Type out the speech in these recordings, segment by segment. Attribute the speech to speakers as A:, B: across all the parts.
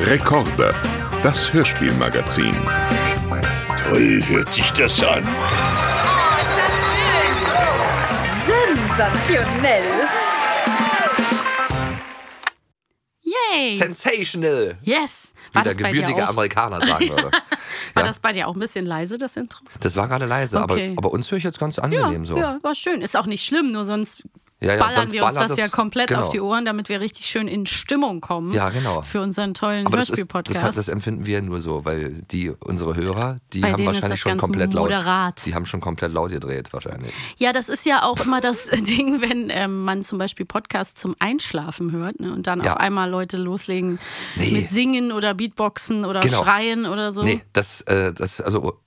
A: Rekorde, das Hörspielmagazin.
B: Toll hört sich das an.
C: Oh, ist das schön!
D: Sensationell.
C: Yay!
E: Sensational,
C: yes!
E: wie
C: War
E: der
C: das bei dir
E: gebürtige
C: auch?
E: Amerikaner sagen würde.
C: War
E: Ja.
C: das bei dir auch ein bisschen leise, das Intro?
E: Das war gerade leise,
C: Okay.
E: aber, aber uns höre ich jetzt ganz
C: Ja,
E: angenehm so.
C: ja, war schön. Ist auch nicht schlimm, nur sonst
E: Ja, ja,
C: ballern
E: sonst
C: wir uns
E: ballert
C: das ja
E: das-
C: komplett
E: genau.
C: auf die Ohren, damit wir richtig schön in Stimmung kommen.
E: Ja, genau.
C: Für unseren tollen
E: Aber das, ist, das, hat,
C: Hörspiel-Podcast.
E: das empfinden wir nur so, weil die unsere Hörer, die
C: Bei
E: haben
C: denen ist
E: wahrscheinlich
C: das
E: schon
C: ganz
E: komplett
C: moderat.
E: laut. Die haben schon komplett laut gedreht wahrscheinlich.
C: Ja, das ist ja auch immer das Ding, wenn ähm, man zum Beispiel Podcasts zum Einschlafen hört ne, und dann
E: Ja.
C: auf einmal Leute loslegen
E: Nee.
C: mit Singen oder Beatboxen oder
E: Genau.
C: Schreien oder so.
E: Nee, das, äh, das also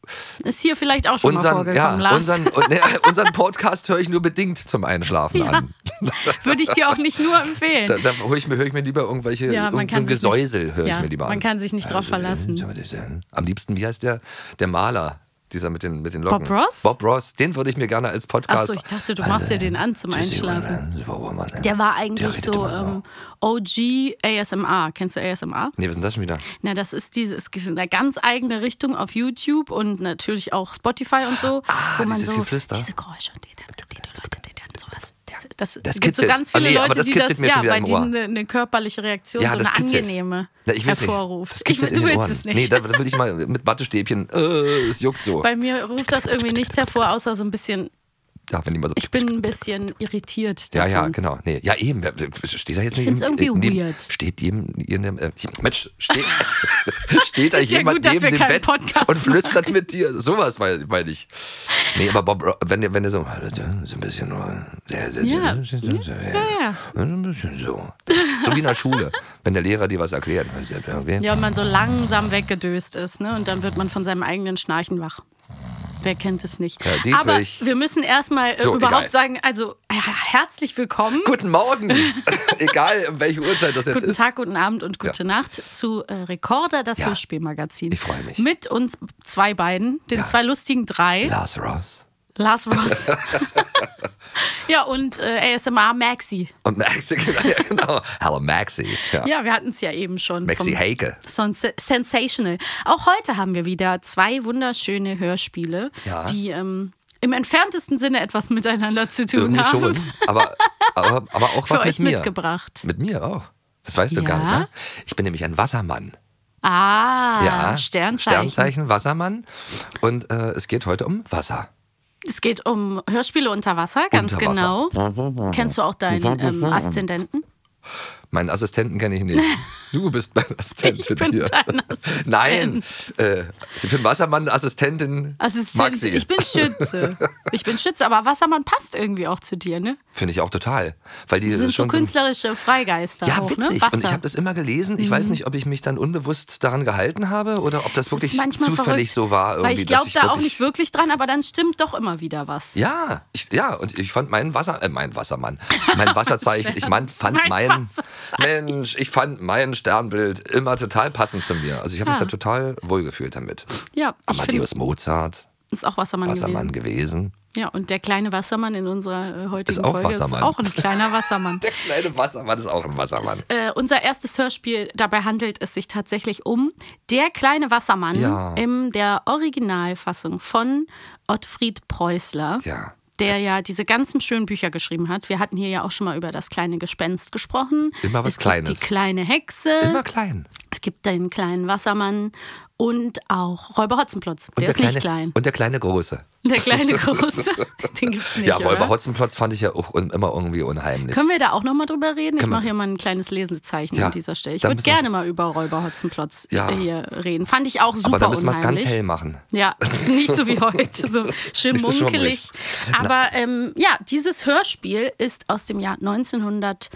C: Ist hier vielleicht auch schon mal
E: unseren, ja,
C: vorgekommen, Lars.
E: unseren, ne, unseren Podcast höre ich nur bedingt zum Einschlafen an.
C: Würde ich dir auch nicht nur empfehlen.
E: Da, da höre ich mir, höre ich mir lieber irgendwelche
C: Ja, man
E: irgend so
C: kann
E: ein
C: sich nicht-
E: Gesäusel höre
C: ja,
E: ich mir lieber an. Also,
C: man kann sich nicht drauf verlassen.
E: Am liebsten, wie heißt der? Der Maler, dieser mit den, mit den Locken.
C: Bob Ross?
E: Bob Ross, den würde ich mir gerne als Podcast.
C: Ach so, ich dachte, du machst dir den an zum Einschlafen. Der war eigentlich
E: redet
C: so
E: immer so.
C: ähm, OG ASMR. Kennst du ASMR?
E: Nee, was ist denn das schon wieder?
C: Na, das ist diese, es gibt eine ganz eigene Richtung auf YouTube und natürlich auch Spotify und so, wo man
E: Ah, dieses
C: so
E: Geflüster.
C: diese Geräusche, die dann, die dann Leute, die dann sowas. Das, das,
E: Das
C: gibt so
E: kitzelt.
C: ganz viele
E: Ah, nee, aber
C: Leute,
E: das
C: die
E: kitzelt
C: das,
E: mir
C: ja,
E: schon wieder
C: bei
E: im
C: denen
E: Ohr.
C: eine, eine körperliche Reaktion,
E: Ja,
C: so
E: das
C: eine
E: kitzelt.
C: angenehme
E: Na, ich weiß
C: hervorruft.
E: Nicht. Das kitzelt
C: ich, du
E: in den
C: willst
E: Ohren.
C: es nicht.
E: Nee, da will ich mal mit Wattestäbchen. Äh, es juckt so.
C: bei mir ruft das irgendwie nichts hervor, außer so ein bisschen,
E: ja, wenn die mal so.
C: ich bin ein bisschen irritiert.
E: ja,
C: Davon.
E: ja, genau. Nee, ja, eben. Wer- Steht da jetzt
C: Ich
E: neben-
C: find's irgendwie
E: äh, neben,
C: weird.
E: Steht jedem, jedem äh, Mensch, steht, steht da
C: Ist ja
E: jemand
C: gut, dass
E: neben
C: wir
E: dem
C: keinen
E: Bett
C: Podcast
E: und flüstert mit dir. Sowas meine mein ich. Nee, aber Bob, Ro- wenn der, wenn der so, so ein bisschen äh, sehr, sehr,
C: Ja.
E: sehr, sehr, sehr,
C: ja.
E: so ein bisschen so. So wie in der Schule, wenn der Lehrer dir was erklärt. Weißt du, irgendwie.
C: Ja, und man so langsam weggedöst ist, ne? Und dann wird man von seinem eigenen Schnarchen wach. Wer kennt es nicht?
E: Herr Dietrich.
C: Aber wir müssen erstmal äh,
E: So,
C: überhaupt
E: egal.
C: sagen, also her- herzlich willkommen.
E: Guten Morgen. Egal, um welche Uhrzeit das jetzt
C: Guten
E: ist.
C: Tag, guten Abend und gute Nacht zu äh, Rekorder, das
E: Ja.
C: Hörspielmagazin.
E: Ich freu mich.
C: Mit uns zwei beiden, den
E: Ja.
C: zwei lustigen drei,
E: Lars Ross.
C: Lars Ross. ja, und äh, ASMR Maxi.
E: Und Maxi, genau, ja, genau. Hallo Maxi. Ja.
C: Ja, wir hatten es ja eben schon.
E: Maxi
C: vom-
E: Heike.
C: Sons sensational. Auch heute haben wir wieder zwei wunderschöne Hörspiele,
E: Ja.
C: die ähm, im entferntesten Sinne etwas miteinander zu tun
E: Irgendwie
C: haben.
E: schon. Aber, aber, aber auch
C: Für
E: was
C: euch
E: mit mir.
C: mitgebracht.
E: Mit mir auch. Das weißt du gar
C: Ja.
E: nicht, ne? Ich bin nämlich ein Wassermann.
C: Ah,
E: ja.
C: Sternzeichen.
E: Sternzeichen Wassermann. Und äh, es geht heute um Wasser.
C: Es geht um Hörspiele unter Wasser, ganz
E: Unter Wasser.
C: genau. Kennst du auch deinen ähm, Aszendenten?
E: Meinen Assistenten kenne ich nicht. Du bist mein Assistent
C: Ich bin
E: hier.
C: dein Assistent.
E: Nein, äh, ich bin Wassermann, Assistentin,
C: Assistent.
E: Maxi.
C: Ich bin Schütze. Ich bin Schütze, aber Wassermann passt irgendwie auch zu dir, ne?
E: Finde ich auch total. Weil die
C: Das sind so
E: schon ein-
C: künstlerische Freigeister
E: Ja,
C: auch,
E: witzig.
C: ne? Wasser. Mhm.
E: Und ich habe das immer gelesen. Ich weiß nicht, ob ich mich dann unbewusst daran gehalten habe oder ob
C: Das
E: das,
C: ist
E: wirklich
C: manchmal verrückt,
E: zufällig so war. Irgendwie,
C: Weil ich glaube
E: dass
C: da auch
E: wirklich-
C: nicht wirklich dran, aber dann stimmt doch immer wieder was.
E: Ja, ich, ja, und ich fand meinen Wasser, äh, mein Wassermann, mein Wasserzeichen, ich mein, fand
C: Mein
E: mein,
C: Wasserzeichen.
E: Mensch, ich fand mein Sternbild immer total passend zu mir. Also ich habe mich
C: Ah.
E: da total wohlgefühlt damit.
C: Ja, ich Oh, finde,
E: Amadeus Mozart,
C: ist auch Wassermann,
E: Wassermann
C: gewesen.
E: gewesen.
C: Ja, und der kleine Wassermann in unserer äh, heutigen
E: Ist auch
C: Folge
E: Wassermann.
C: ist auch ein kleiner Wassermann.
E: Der kleine Wassermann ist auch ein Wassermann.
C: äh, unser erstes Hörspiel, dabei handelt es sich tatsächlich um Der kleine Wassermann
E: Ja.
C: in der Originalfassung von Ottfried Preußler.
E: Ja.
C: Der ja diese ganzen schönen Bücher geschrieben hat. Wir hatten hier ja auch schon mal über das kleine Gespenst gesprochen.
E: Immer was
C: es
E: Kleines.
C: Gibt die kleine Hexe.
E: Immer klein.
C: Es gibt den kleinen Wassermann und auch Räuber Hotzenplotz. Der, ist
E: kleine,
C: nicht klein.
E: Und der kleine Große.
C: Der kleine große, den gibt's nicht.
E: ja,
C: oder?
E: Räuber Hotzenplotz fand ich ja auch un- immer irgendwie unheimlich.
C: Können wir da auch nochmal drüber reden? Ich
E: Können wir-
C: mache hier mal ein kleines Lesezeichen
E: Ja,
C: an dieser Stelle. Ich
E: dann
C: würde
E: müssen wir's-
C: gerne mal über Räuber Hotzenplotz
E: Ja.
C: hier reden. Fand ich auch super
E: Aber da müssen wir es
C: unheimlich.
E: ganz hell machen.
C: Ja, nicht so wie heute, so schön
E: Nicht so
C: munkelig.
E: schummrig.
C: Aber ähm, ja, dieses Hörspiel ist aus dem Jahr 1972.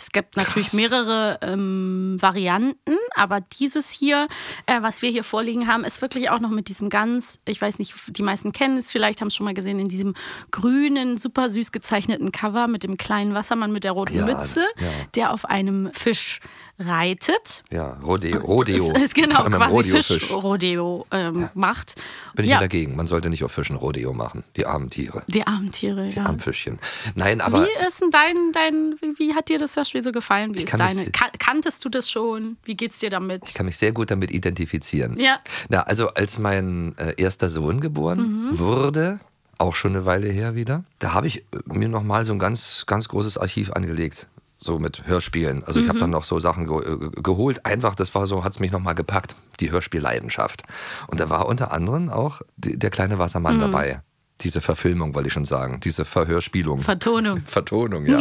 C: Es gibt natürlich mehrere ähm, Varianten, aber dieses hier, äh, was wir hier vorliegen haben, ist wirklich auch noch mit diesem ganz, ich weiß nicht, die meisten kennen es vielleicht, haben es schon mal gesehen, in diesem grünen, super süß gezeichneten Cover mit dem kleinen Wassermann mit der roten
E: Ja,
C: Mütze,
E: ja.
C: der auf einem Fisch reitet.
E: Ja, Rodeo. Rodeo.
C: Es ist genau
E: Vor allem beim
C: quasi
E: Rodeofisch.
C: Fischrodeo ähm, macht.
E: Bin ich
C: ja,
E: ja. dagegen. Man sollte nicht auf Fischen Rodeo machen. Die armen Tiere.
C: Die armen Tiere, ja.
E: Armen Fischchen. Nein, aber
C: Wie ist denn dein, dein, wie, wie hat dir das Hörspiel so gefallen? Wie ist
E: kann
C: deine,
E: mich-
C: kan kanntest du das schon? Wie geht's dir damit?
E: ich kann mich sehr gut damit identifizieren.
C: Ja.
E: Na, also als mein äh, erster Sohn geboren
C: Mhm.
E: wurde, auch schon eine Weile her wieder, da habe ich äh, mir nochmal so ein ganz, ganz großes Archiv angelegt. So mit Hörspielen. Also ich habe
C: Mhm.
E: dann noch so Sachen ge äh, geholt. Einfach, das war so, hat es mich nochmal gepackt. Die Hörspielleidenschaft. Und da war unter anderem auch die, der kleine Wassermann
C: Mhm.
E: dabei. Diese Verfilmung, wollte ich schon sagen. Diese Verhörspielung.
C: Vertonung.
E: Vertonung, ja.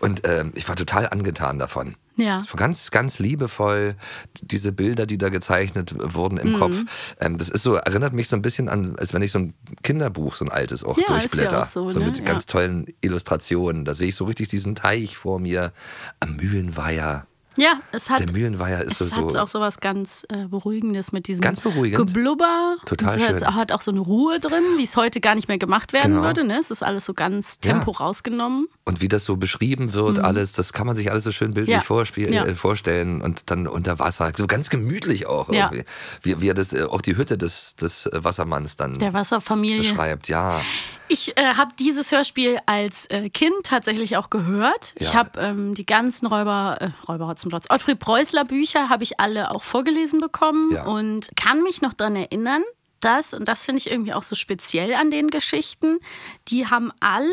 E: Und ähm, ich war total angetan davon.
C: Mhm. Ja.
E: Es war ganz, ganz liebevoll, diese Bilder, die da gezeichnet wurden
C: Mhm.
E: im Kopf. Ähm, das ist so, erinnert mich so ein bisschen an, als wenn ich so ein Kinderbuch, so ein altes auch
C: Ja, ist ja
E: durchblätter.
C: auch so, ne?
E: mit
C: Ja.
E: ganz tollen Illustrationen. Da sehe ich so richtig diesen Teich vor mir am Mühlenweiher.
C: Ja, es hat.
E: Der Mühlenweiher ist
C: Es
E: so.
C: hat
E: so
C: auch sowas ganz äh, Beruhigendes mit diesem
E: Ganz beruhigend.
C: Geblubber.
E: Total
C: es hat,
E: schön.
C: hat auch so eine Ruhe drin, wie es heute gar nicht mehr gemacht werden
E: Genau.
C: würde. Ne? Es ist alles so ganz
E: Ja.
C: Tempo rausgenommen.
E: und wie das so beschrieben wird, alles, das kann man sich alles so schön bildlich
C: Mhm. Ja.
E: vorspiel-
C: Ja.
E: äh, vorstellen und dann unter Wasser, so ganz gemütlich auch
C: Ja.
E: irgendwie. Wie, wie er das, äh, auch die Hütte des, des äh, Wassermanns dann
C: Der Wasserfamilie.
E: beschreibt, ja.
C: Ich äh, habe dieses Hörspiel als äh, Kind tatsächlich auch gehört. Ich
E: Ja.
C: habe ähm, die ganzen Räuber, äh, Räuber Hotzenplotz, Ottfried Preußler Bücher habe ich alle auch vorgelesen bekommen
E: Ja.
C: und kann mich noch daran erinnern, dass, und das finde ich irgendwie auch so speziell an den Geschichten, die haben alle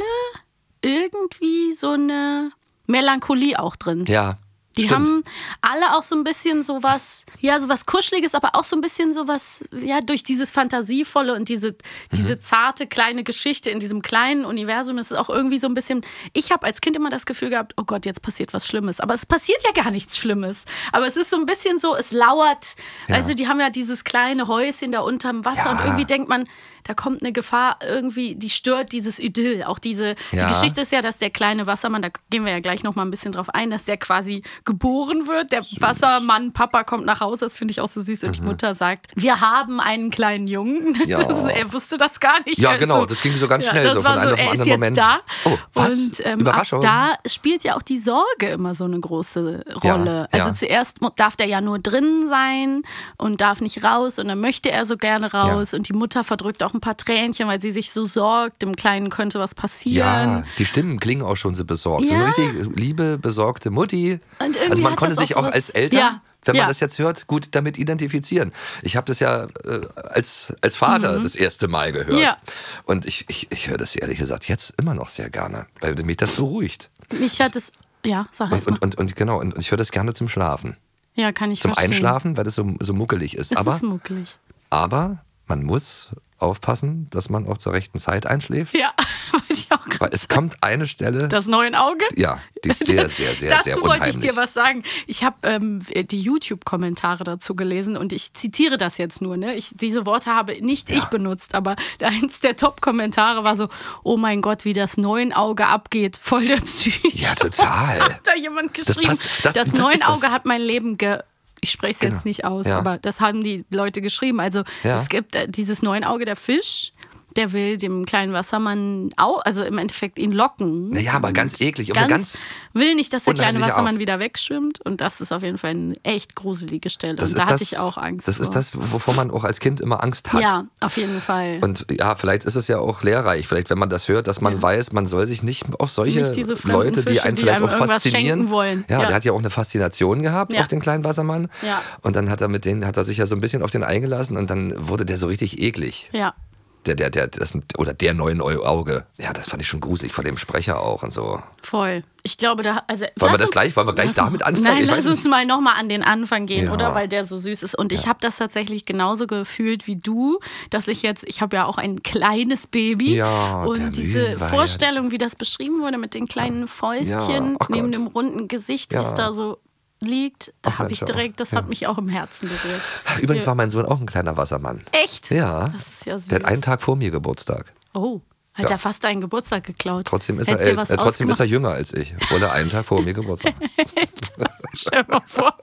C: irgendwie so eine Melancholie auch drin.
E: Ja.
C: Die
E: stimmt.
C: haben alle auch so ein bisschen sowas, ja, sowas Kuscheliges, aber auch so ein bisschen sowas, ja, durch dieses Fantasievolle und diese,
E: Mhm.
C: diese zarte kleine Geschichte in diesem kleinen Universum ist es auch irgendwie so ein bisschen. Ich habe als Kind immer das Gefühl gehabt, oh Gott, jetzt passiert was Schlimmes. Aber es passiert ja gar nichts Schlimmes. Aber es ist so ein bisschen so, es lauert. Also, die haben ja dieses kleine Häuschen da unterm Wasser
E: Ja.
C: und irgendwie denkt man, da kommt eine Gefahr irgendwie, die stört dieses Idyll. Auch diese
E: Ja.
C: die Geschichte ist ja, dass der kleine Wassermann, da gehen wir ja gleich noch mal ein bisschen drauf ein, dass der quasi geboren wird. Der Wassermann, Papa kommt nach Hause, das finde ich auch so süß. Und die Mutter sagt, wir haben einen kleinen Jungen.
E: Mhm. Ja.
C: Das ist, er wusste das gar nicht.
E: Ja,
C: Er ist
E: genau, das ging so ganz schnell,
C: das
E: so
C: war
E: von einem auf den
C: er ist
E: anderen
C: jetzt
E: Moment.
C: Da.
E: Oh, was?
C: Und ähm,
E: Überraschung.
C: Ab da spielt ja auch die Sorge immer so eine große Rolle.
E: Ja, ja.
C: Also zuerst mu- darf der ja nur drin sein und darf nicht raus und dann möchte er so gerne raus. Und die Mutter verdrückt auch ein paar Tränchen, weil sie sich so sorgt, dem Kleinen könnte was passieren.
E: Ja, die Stimmen klingen auch schon so besorgt. So eine
C: Ja.
E: richtig liebe, besorgte Mutti.
C: Und irgendwie
E: also man
C: hat
E: konnte
C: das
E: sich
C: auch
E: auch,
C: so was-
E: als Eltern,
C: Ja,
E: wenn man
C: ja.
E: das jetzt hört, gut damit identifizieren. Ich habe das ja äh, als, als Vater das erste Mal gehört.
C: Mhm. Ja.
E: Und ich, ich, ich höre das ehrlich gesagt jetzt immer noch sehr gerne, weil mich das beruhigt.
C: Mich hat es. Ja, sag
E: Und,
C: erst mal.
E: und, und, und genau, und, und ich höre das gerne zum Schlafen.
C: Ja, kann ich
E: Zum
C: verstehen.
E: Einschlafen, weil das so, so muckelig ist.
C: Es
E: aber,
C: ist möglich.
E: aber man muss aufpassen, dass man auch zur rechten Zeit einschläft.
C: Ja, wollte ich auch
E: Weil
C: gerade
E: es kommt eine Stelle.
C: das neuen Auge.
E: Ja, die ist sehr, sehr, sehr,
C: dazu
E: sehr
C: wollte ich
E: unheimlich.
C: dir was sagen. Ich habe ähm, die YouTube-Kommentare dazu gelesen und ich zitiere das jetzt nur. Ne? Ich, diese Worte habe nicht ich benutzt, aber eins der Top-Kommentare war so: Oh mein Gott, wie das neuen Auge abgeht, voll der Psycho.
E: Ja, total.
C: Hat da jemand geschrieben? Das,
E: passt- das- das ist
C: neuen
E: das-
C: Auge hat mein Leben ge. Ich spreche es
E: Genau.
C: jetzt nicht aus,
E: Ja.
C: aber das haben die Leute geschrieben. Also
E: Ja.
C: es gibt äh, dieses neuen Auge der Fisch. Der will dem kleinen Wassermann auch, also im Endeffekt ihn locken.
E: Naja, aber ganz eklig, aber ganz
C: will nicht, dass der kleine
E: unheimliche
C: Wassermann
E: Art.
C: wieder wegschwimmt. Und das ist auf jeden Fall eine echt gruselige Stelle.
E: Das
C: und
E: ist
C: da
E: das,
C: hatte ich auch Angst.
E: Das ist
C: vor.
E: das, wovor man auch als Kind immer Angst hat.
C: Ja, auf jeden Fall.
E: Und ja, vielleicht ist es ja auch lehrreich, vielleicht, wenn man das hört, dass man weiß, man soll sich nicht auf solche
C: Nicht diese fremden
E: Leute, die
C: Fische,
E: einen
C: die
E: vielleicht
C: einem
E: auch
C: irgendwas
E: faszinieren.
C: schenken wollen.
E: Ja,
C: Ja.
E: der hat ja auch eine Faszination gehabt
C: Ja.
E: auf den kleinen Wassermann.
C: Ja.
E: Und dann hat er mit denen, hat er sich ja so ein bisschen auf den eingelassen und dann wurde der so richtig eklig.
C: ja.
E: Der, der, der, das, oder der neuen Auge. Ja, das fand ich schon gruselig, vor dem Sprecher auch und so.
C: Voll. Ich glaube, da. Also,
E: wir
C: lass
E: das gleich- wollen wir gleich
C: lass
E: damit
C: uns-
E: anfangen?
C: Nein,
E: Ich weiß
C: lass uns
E: nicht.
C: mal nochmal an den Anfang gehen,
E: Ja.
C: oder? Weil der so süß ist. Und ich habe das tatsächlich genauso gefühlt wie du, dass ich jetzt, ich habe ja auch ein kleines Baby.
E: Ja, der
C: und diese
E: Mühlenweiher.
C: Vorstellung, wie das beschrieben wurde, mit den kleinen Fäustchen
E: Ja, ach
C: neben
E: Gott.
C: dem runden Gesicht,
E: Ja.
C: wie es da so liegt, da
E: Ach,
C: habe ich
E: Mensch, auch.
C: direkt, das
E: Ja.
C: hat mich auch im Herzen berührt.
E: Übrigens
C: Ja.
E: war mein Sohn auch ein kleiner Wassermann.
C: Echt?
E: Ja.
C: Das ist ja süß.
E: Der hat einen Tag vor mir Geburtstag.
C: Oh, hat
E: Ja.
C: er fast deinen Geburtstag geklaut.
E: Trotzdem ist
C: Hättest
E: er
C: du was
E: älter, äh, trotzdem ist er
C: ausgemacht?
E: jünger als ich, obwohl er einen Tag vor mir Geburtstag hat.
C: Stell dir mal vor,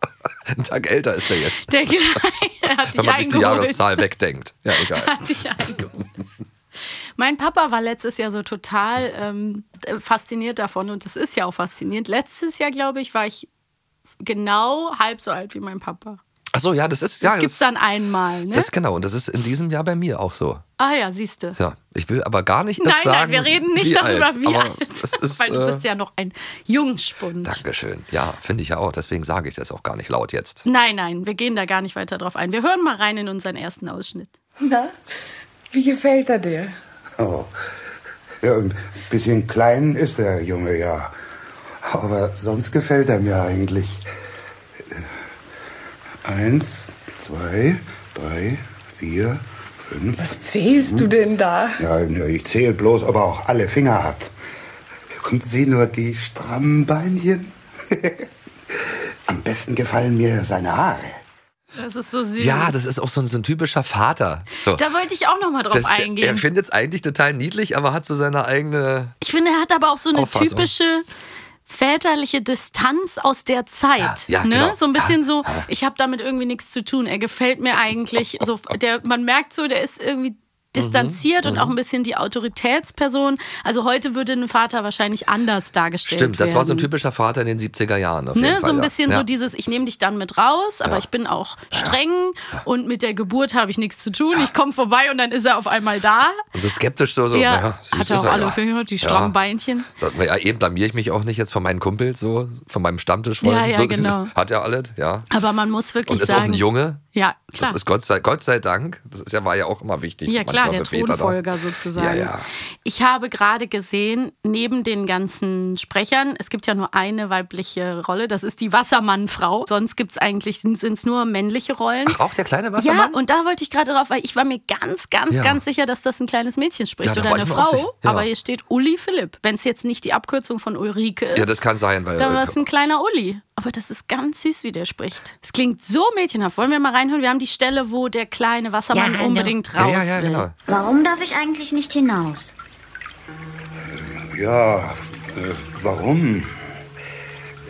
E: einen Tag älter ist er jetzt,
C: der Kleine hat dich
E: wenn man sich die
C: eingeholt.
E: Jahreszahl wegdenkt. Ja, egal.
C: hat dich eingeholt. Mein Papa war letztes Jahr so total ähm, fasziniert davon und es ist ja auch faszinierend. Letztes Jahr, glaube ich, war ich genau halb so alt wie mein Papa.
E: Ach so, ja, das ist ja
C: Das gibt's dann einmal, ne?
E: das genau und das ist in diesem Jahr bei mir auch so.
C: ah ja, siehst du.
E: Ja, ich will aber gar nicht
C: Nein,
E: erst sagen.
C: nein, wir reden nicht
E: wie
C: darüber,
E: alt,
C: wie
E: aber
C: alt.
E: Das ist,
C: Weil du bist
E: äh,
C: ja noch ein Jungspund.
E: Dankeschön. Ja, finde ich ja auch. Deswegen sage ich das auch gar nicht laut jetzt.
C: Nein, nein, wir gehen da gar nicht weiter drauf ein. Wir hören mal rein in unseren ersten Ausschnitt.
D: Na, wie gefällt er dir?
F: Oh. Ja, ein bisschen klein ist der Junge, ja. Aber sonst gefällt er mir eigentlich. Äh, Eins, zwei, drei, vier, fünf.
D: Zählst du denn da?
F: Ja, ne, ich zähle bloß, ob er auch alle Finger hat. Und sieh nur die strammen Beinchen. Am besten gefallen mir seine Haare.
C: Das ist so süß.
E: Ja, das ist auch so ein, so ein typischer Vater. So.
C: da wollte ich auch noch mal drauf
E: Das- der- Er
C: eingehen.
E: findet es eigentlich total niedlich, aber hat so seine eigene.
C: Ich finde, er hat aber auch so eine
E: Auffassung.
C: typische väterliche Distanz aus der Zeit.
E: Ja, ja,
C: ne?
E: genau.
C: So ein bisschen
E: Ja,
C: so,
E: ja.
C: ich habe damit irgendwie nichts zu tun. Er gefällt mir eigentlich. So, der, man merkt so, der ist irgendwie distanziert
E: Mhm,
C: und auch ein bisschen die Autoritätsperson. Also heute würde ein Vater wahrscheinlich anders dargestellt
E: Stimmt, das
C: werden.
E: war so ein typischer Vater in den 70er Jahren. Auf jeden
C: Ne,
E: Fall,
C: so ein
E: ja.
C: bisschen
E: ja.
C: so dieses, ich nehme dich dann mit raus, aber ich bin auch streng und mit der Geburt habe ich nichts zu tun. Ich komme vorbei und dann ist er auf einmal da.
E: So skeptisch so. so
C: ja,
E: naja, süß
C: hat er
E: ist
C: auch
E: er,
C: alle
E: ja.
C: Finger, die
E: Ja.
C: strammen Beinchen.
E: So, na ja, eben blamier ich mich auch nicht jetzt von meinen Kumpels, so von meinem Stammtisch.
C: Ja, ja,
E: so,
C: genau.
E: Hat ja alles, ja.
C: Aber man muss wirklich
E: Und ist
C: sagen.
E: auch ein Junge.
C: Ja,
E: Das
C: klar.
E: ist Gott sei, Gott sei Dank. Das ist ja, war ja auch immer wichtig.
C: ja, klar,
E: manchmal
C: der
E: für Väter da.
C: Thronfolger sozusagen.
E: Ja, ja.
C: Ich habe gerade gesehen, neben den ganzen Sprechern, es gibt ja nur eine weibliche Rolle, das ist die Wassermannfrau. Sonst gibt es eigentlich, sind es nur männliche Rollen.
E: Ach, auch der kleine
C: Ja,
E: Wassermann?
C: und da wollte ich gerade drauf, weil ich war mir ganz, ganz,
E: Ja.
C: ganz sicher, dass das ein kleines Mädchen
E: Ja,
C: spricht
E: da
C: oder
E: war
C: eine
E: ich mir auch sicher.
C: Frau.
E: Ja.
C: Aber hier steht Uli Philipp. Wenn es jetzt nicht die Abkürzung von Ulrike ist,
E: Ja, das kann sein, weil- äh,
C: dann war es ein kleiner Uli. Aber das ist ganz süß, wie der spricht. Es klingt so mädchenhaft. Wollen wir mal reinhören? Wir haben die Stelle, wo der kleine Wassermann
G: Ja, hallo.
C: unbedingt
E: ja,
C: raus
E: ja, ja,
C: will.
E: genau.
G: Warum darf ich eigentlich nicht hinaus?
F: Ja, äh, warum?